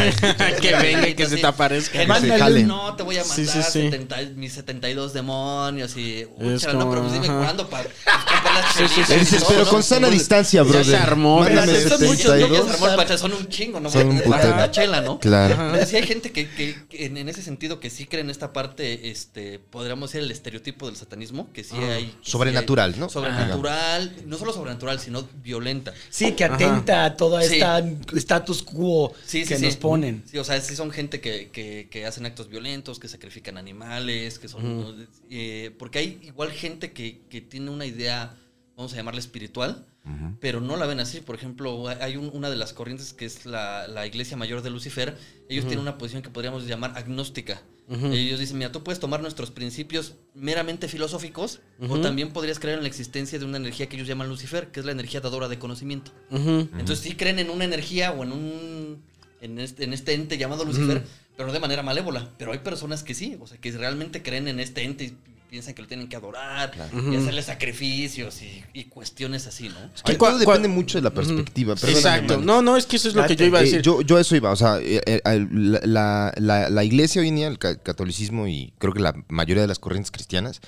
Speaker 9: que venga y que se te aparezca.
Speaker 12: Que
Speaker 6: Mándale
Speaker 12: no,
Speaker 6: jale.
Speaker 12: no, te voy a matar
Speaker 9: Sí, sí, sí.
Speaker 12: 70 mis 72 demonios y... uy,
Speaker 9: Es
Speaker 12: chala, no,
Speaker 9: como,
Speaker 12: pero pues dime
Speaker 9: ajá.
Speaker 12: cuándo para... comprar las chelitas
Speaker 6: Le
Speaker 12: y
Speaker 6: dices,
Speaker 12: todo,
Speaker 6: pero
Speaker 12: ¿no?
Speaker 6: con sana
Speaker 12: Pues,
Speaker 6: distancia,
Speaker 9: se
Speaker 6: brother.
Speaker 9: armó.
Speaker 6: Mándame
Speaker 12: pero son muchos, ¿no? Que se
Speaker 6: 72.
Speaker 12: armó el pacha, son un chingo, ¿no?
Speaker 6: Son un
Speaker 12: Para
Speaker 6: putero.
Speaker 12: la chela, ¿no?
Speaker 6: Claro.
Speaker 12: Pero sí hay gente que, que- que en, en ese sentido que sí cree en esta parte, este, podríamos decir el estereotipo del satanismo, que sí hay... que sí
Speaker 6: Sobrenatural,
Speaker 12: hay-
Speaker 6: ¿no?
Speaker 12: Sobrenatural, no solo sobrenatural, sino violenta.
Speaker 7: Sí, que atenta a toda
Speaker 12: Sí.
Speaker 7: esta status quo
Speaker 12: Sí, sí,
Speaker 7: que
Speaker 12: sí.
Speaker 7: nos ponen.
Speaker 12: Sí, o sea, sí son gente que, que- que hacen actos violentos, que sacrifican animales, que son... eh, porque hay igual gente que, que tiene una idea, vamos a llamarla espiritual, pero no la ven así. Por ejemplo, hay- hay un- una de las corrientes que es la, la Iglesia Mayor de Lucifer. Ellos tienen una posición que podríamos llamar agnóstica.
Speaker 9: Ujú.
Speaker 12: Ellos dicen, mira, tú puedes tomar nuestros principios meramente filosóficos o
Speaker 9: Ujú.
Speaker 12: también podrías creer en la existencia de una energía que ellos llaman Lucifer, que es la energía dadora de conocimiento.
Speaker 9: Ujú.
Speaker 12: Entonces sí creen en una energía o en un en este, en este ente llamado Lucifer,
Speaker 9: Ujú.
Speaker 12: pero no de manera malévola. Pero hay personas que sí, o sea, que realmente creen en este ente y piensan que lo tienen que adorar y
Speaker 9: Ujú.
Speaker 12: hacerle sacrificios y, y cuestiones así, ¿no?
Speaker 6: que
Speaker 9: cua-
Speaker 6: todo depende
Speaker 9: cua-
Speaker 6: mucho de la perspectiva.
Speaker 9: Ujú.
Speaker 6: perdóname,
Speaker 9: Exacto.
Speaker 6: Manny.
Speaker 9: No, no, es que eso es lo que yo iba a
Speaker 6: Eh,
Speaker 9: decir.
Speaker 6: yo, yo a eso iba, o sea, eh, eh, al- la, la- la- la iglesia hoy en día, el ca- catolicismo y creo que la mayoría de las corrientes cristianas,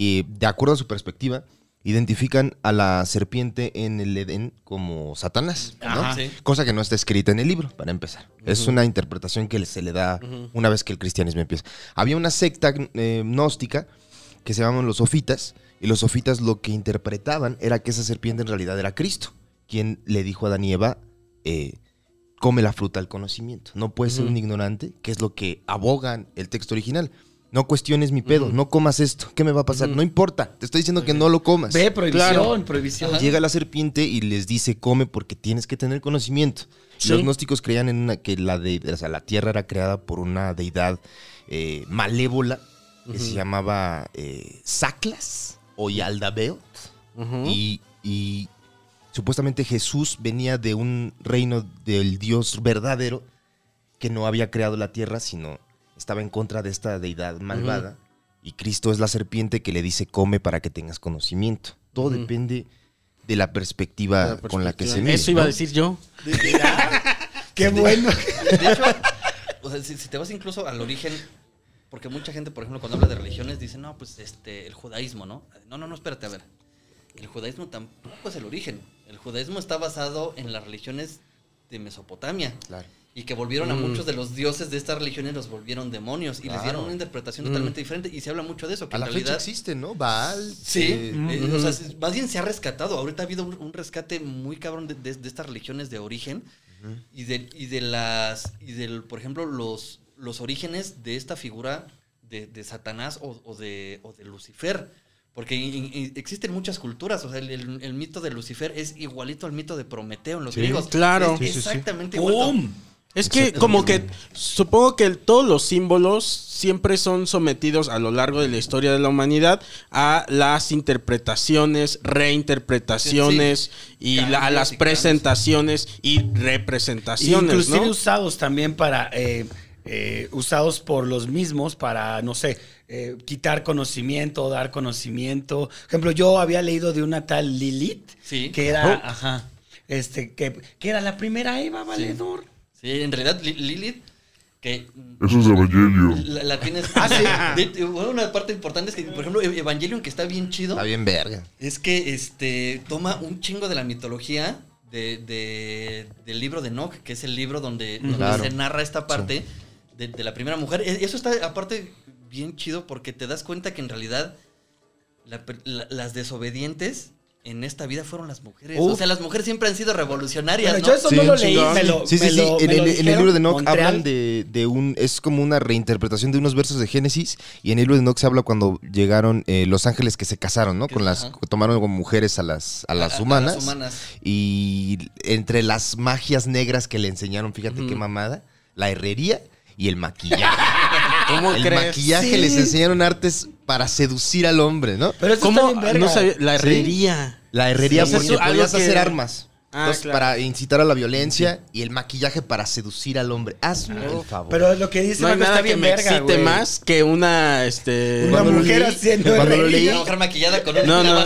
Speaker 6: eh, de acuerdo a su perspectiva, identifican a la serpiente en el Edén como Satanás, ¿no?
Speaker 12: Ajá. Sí.
Speaker 6: cosa que no está escrita en el libro, para empezar. Es
Speaker 12: Ujú.
Speaker 6: una interpretación que se le da
Speaker 12: Ujú.
Speaker 6: una vez que el cristianismo empieza. Había una secta eh, gnóstica que se llamaban los sofitas, y los sofitas lo que interpretaban era que esa serpiente en realidad era Cristo, quien le dijo a Adán y Eva, eh, come la fruta del conocimiento, no puedes ser
Speaker 9: Ujú.
Speaker 6: un ignorante, que es lo que abogan el texto original. No cuestiones mi pedo, no comas esto, ¿qué me va a pasar? No importa, te estoy diciendo que no lo comas.
Speaker 7: Ve, prohibición,
Speaker 6: Claro.
Speaker 7: prohibición.
Speaker 6: Ajá. Llega la serpiente y les dice, come porque tienes que tener conocimiento.
Speaker 9: Sí.
Speaker 6: Los gnósticos creían en una- que la, de, o sea, la tierra era creada por una deidad eh, malévola que
Speaker 9: Ujú.
Speaker 6: se llamaba eh, Saclas o Yaldabaoth.
Speaker 9: Ujú.
Speaker 6: y, y supuestamente Jesús venía de un reino del Dios verdadero que no había creado la tierra, sino estaba en contra de esta deidad malvada. Y Cristo es la serpiente que le dice, come para que tengas conocimiento. Todo
Speaker 9: Ujú.
Speaker 6: depende de la perspectiva, con la que se mide.
Speaker 9: Eso iba
Speaker 6: ¿no?
Speaker 9: a decir yo.
Speaker 7: Qué bueno.
Speaker 12: De hecho, o sea, si, si te vas incluso al origen, porque mucha gente, por ejemplo, cuando habla de religiones, dice, no, pues este, el judaísmo, ¿no? No, no, no, espérate, a ver. El judaísmo tampoco es el origen. El judaísmo está basado en las religiones de Mesopotamia.
Speaker 6: Claro.
Speaker 12: Y que volvieron a
Speaker 9: Mm.
Speaker 12: muchos de los dioses de estas religiones, los volvieron demonios. Y les
Speaker 6: Claro.
Speaker 12: dieron una interpretación
Speaker 9: Mm.
Speaker 12: totalmente diferente. Y se habla mucho de eso. Que
Speaker 6: A
Speaker 12: en
Speaker 6: la fecha
Speaker 12: realidad,
Speaker 6: existe, ¿no? Baal.
Speaker 12: Sí,
Speaker 6: eh,
Speaker 12: eh,
Speaker 9: ujú.
Speaker 12: o sea, s- más bien se ha rescatado. Ahorita ha habido un, un rescate muy cabrón de, de- de estas religiones de origen y, de, y de las, y del, por ejemplo, los, los orígenes de esta figura de, de Satanás o, o de, o de Lucifer. Porque in- in- existen muchas culturas, o sea, el, el- el mito de Lucifer es igualito al mito de Prometeo en los
Speaker 9: Sí,
Speaker 12: griegos.
Speaker 9: claro.
Speaker 12: Es
Speaker 9: Sí, sí, sí.
Speaker 12: exactamente igual.
Speaker 7: ¡Pum!
Speaker 9: Es que como que supongo que el- todos los símbolos siempre son sometidos a lo largo de la historia de la humanidad a las interpretaciones, reinterpretaciones y la- a
Speaker 7: Cambios
Speaker 9: las
Speaker 7: y cambios.
Speaker 9: presentaciones y
Speaker 7: Y
Speaker 9: representaciones,
Speaker 7: Inclusive
Speaker 9: ¿no?
Speaker 7: usados también para... eh, eh, usados por los mismos para, no sé, eh, quitar conocimiento, dar conocimiento. Por ejemplo, yo había leído de una tal Lilith,
Speaker 12: Sí.
Speaker 7: que
Speaker 9: Oh.
Speaker 7: era, ajá, este, que, que era la primera Eva Valedor.
Speaker 12: Sí, en realidad Li- Lilith, que
Speaker 8: Eso es Evangelion.
Speaker 12: La, la tienes.
Speaker 7: Ah,
Speaker 12: De- de- una parte importante es que, por ejemplo, Ev- Evangelion, que está bien chido,
Speaker 6: Está bien verga.
Speaker 12: es que este toma un chingo de la mitología de, de- del libro de Enoch, que es el libro donde, donde
Speaker 6: Claro.
Speaker 12: se narra esta parte de, de la primera mujer. E- Eso está, aparte, bien chido porque te das cuenta que en realidad la per- la- las desobedientes. En esta vida fueron las mujeres.
Speaker 7: Uf.
Speaker 12: O sea, las mujeres siempre han sido revolucionarias,
Speaker 7: Bueno,
Speaker 12: ¿no?
Speaker 7: yo eso no
Speaker 6: Sí,
Speaker 7: lo
Speaker 6: un
Speaker 7: leí,
Speaker 9: chingón.
Speaker 7: me lo,
Speaker 6: Sí, sí,
Speaker 7: me
Speaker 6: sí.
Speaker 7: lo-
Speaker 6: en,
Speaker 7: me
Speaker 6: el,
Speaker 7: lo
Speaker 6: en el
Speaker 7: dijeron,
Speaker 6: libro de Enoch
Speaker 7: Montreal.
Speaker 6: hablan de, de un. Es como una reinterpretación de unos versos de Génesis. Y en el libro de Enoch se habla cuando llegaron eh, los ángeles que se casaron, ¿no?
Speaker 12: Que-
Speaker 6: Con las,
Speaker 12: ajá.
Speaker 6: tomaron como mujeres a las, a
Speaker 12: A-
Speaker 6: las
Speaker 12: a- a
Speaker 6: humanas.
Speaker 12: las humanas.
Speaker 6: Y entre las magias negras que le enseñaron, fíjate qué mamada, la herrería y el maquillaje.
Speaker 9: ¿Cómo
Speaker 6: Ah, el
Speaker 9: crees?
Speaker 6: maquillaje
Speaker 7: Sí.
Speaker 6: les enseñaron artes para seducir al hombre, ¿no?
Speaker 7: Pero eso está
Speaker 9: ¿Cómo? Ah,
Speaker 7: bien verga.
Speaker 9: No sabía- la
Speaker 6: Sí.
Speaker 9: herrería.
Speaker 6: La herrería
Speaker 9: Sí,
Speaker 6: porque
Speaker 9: eso es algo
Speaker 6: podías
Speaker 9: que-
Speaker 6: hacer armas.
Speaker 9: Ah,
Speaker 6: Entonces,
Speaker 9: claro.
Speaker 6: para incitar a la violencia y el maquillaje para seducir al hombre. Hazme Ah, el favor.
Speaker 7: Pero es lo que dice
Speaker 9: No hay
Speaker 7: Manuel
Speaker 9: nada
Speaker 7: está
Speaker 9: que
Speaker 7: bien
Speaker 9: me
Speaker 7: verga,
Speaker 9: excite
Speaker 7: güey.
Speaker 9: más que una, este...
Speaker 7: Una
Speaker 6: Cuando lo
Speaker 7: mujer
Speaker 6: leí-
Speaker 7: haciendo
Speaker 6: cuando lo leí-
Speaker 12: Una mujer maquillada con un
Speaker 9: No, no.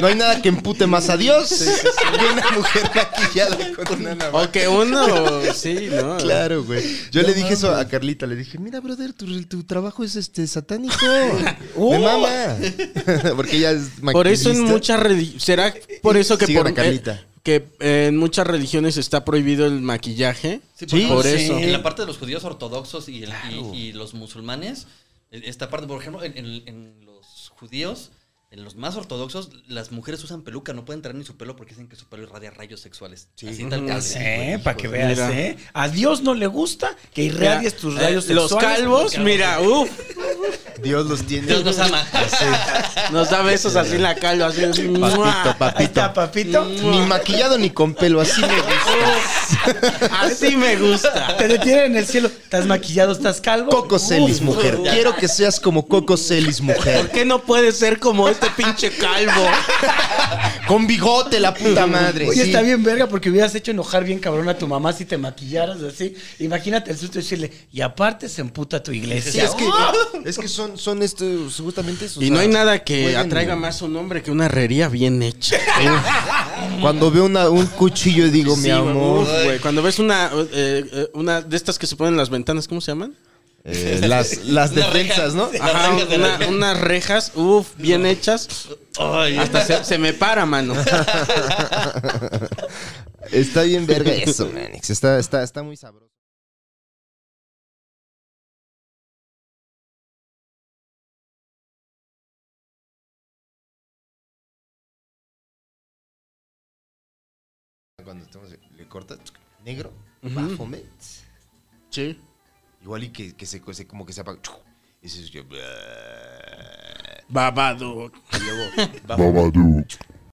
Speaker 6: no hay nada que empute más a Dios que una mujer maquillada con una navaja.
Speaker 9: O que uno, sí, ¿no?
Speaker 6: Claro, güey. Yo le dije eso a Carlita. Le dije, mira, brother, tu, tu trabajo es este satánico.
Speaker 7: Uh,
Speaker 9: Uh.
Speaker 6: Me mama. Porque ella es
Speaker 9: Por eso en
Speaker 6: maquillista.
Speaker 9: muchas religiones. ¿Será por eso que,
Speaker 6: Sigan
Speaker 9: por,
Speaker 6: a Carlita.
Speaker 9: eh, que eh, en muchas religiones está prohibido el maquillaje?
Speaker 12: Sí, por, ejemplo,
Speaker 9: por
Speaker 12: sí,
Speaker 9: eso.
Speaker 12: En la parte de los judíos ortodoxos y, el- y- y los musulmanes, en esta parte, por ejemplo, en, en- en los judíos, en los más ortodoxos, las mujeres usan peluca, no pueden traer ni su pelo porque dicen que su pelo irradia rayos sexuales. Así tal
Speaker 9: Ah,
Speaker 12: cual.
Speaker 7: Sí, para que veas,
Speaker 9: pues, Mira.
Speaker 7: ¿eh? A Dios no le gusta que
Speaker 9: Mira,
Speaker 7: irradies tus
Speaker 9: eh,
Speaker 7: rayos
Speaker 9: Los
Speaker 7: sexuales.
Speaker 9: calvos, mira, uff.
Speaker 6: Dios los tiene.
Speaker 12: Dios nos ama.
Speaker 9: Nos da besos así en la calva, así. así, ¡mua!
Speaker 6: Papito, papito.
Speaker 9: Ahí está,
Speaker 7: Mm.
Speaker 9: papito.
Speaker 6: Ni maquillado ni con pelo, así me
Speaker 9: Así me gusta.
Speaker 7: Te detienen en el cielo. Estás maquillado, estás calvo.
Speaker 6: Coco Celis,
Speaker 7: Uf,
Speaker 6: mujer.
Speaker 7: ya.
Speaker 6: Quiero que seas como Coco Celis,
Speaker 9: ¿Por
Speaker 6: mujer.
Speaker 9: qué no puede ser como este pinche calvo?
Speaker 6: Con bigote, la puta madre.
Speaker 7: Oye,
Speaker 6: sí.
Speaker 7: está bien verga porque hubieras hecho enojar bien cabrón a tu mamá si te maquillaras así. Imagínate el susto de decirle, y aparte se emputa tu iglesia.
Speaker 6: Sí, es que,
Speaker 12: Ah.
Speaker 6: es que son, son estos, justamente esos.
Speaker 9: Y
Speaker 6: o
Speaker 9: no
Speaker 6: sea,
Speaker 9: hay nada que
Speaker 6: pueden-
Speaker 9: atraiga más un hombre que una herrería bien hecha.
Speaker 6: Cuando veo una- un cuchillo, digo, mi
Speaker 9: Sí, güey,
Speaker 6: amor.
Speaker 9: uf, güey. Cuando ves una, eh, eh, una de estas que se ponen en las ventanas, ¿cómo se llaman?
Speaker 6: eh, las las
Speaker 12: Una
Speaker 6: defensas,
Speaker 12: reja.
Speaker 6: ¿no?
Speaker 12: Sí. Las
Speaker 9: Ajá,
Speaker 12: rejas de
Speaker 9: una-
Speaker 12: las-
Speaker 9: unas rejas, uff, bien hechas.
Speaker 12: Ay,
Speaker 9: Hasta se, se me para, mano.
Speaker 6: Está bien verga eso, Manix. Está, está, está muy sabroso. Cuando estamos, le cortas negro, Baphomet.
Speaker 9: Sí.
Speaker 6: Igual y que, que se, se- como que se apaga. chuc, Y se escucha,
Speaker 9: Babado.
Speaker 6: y luego Baphomet,
Speaker 8: Babadook.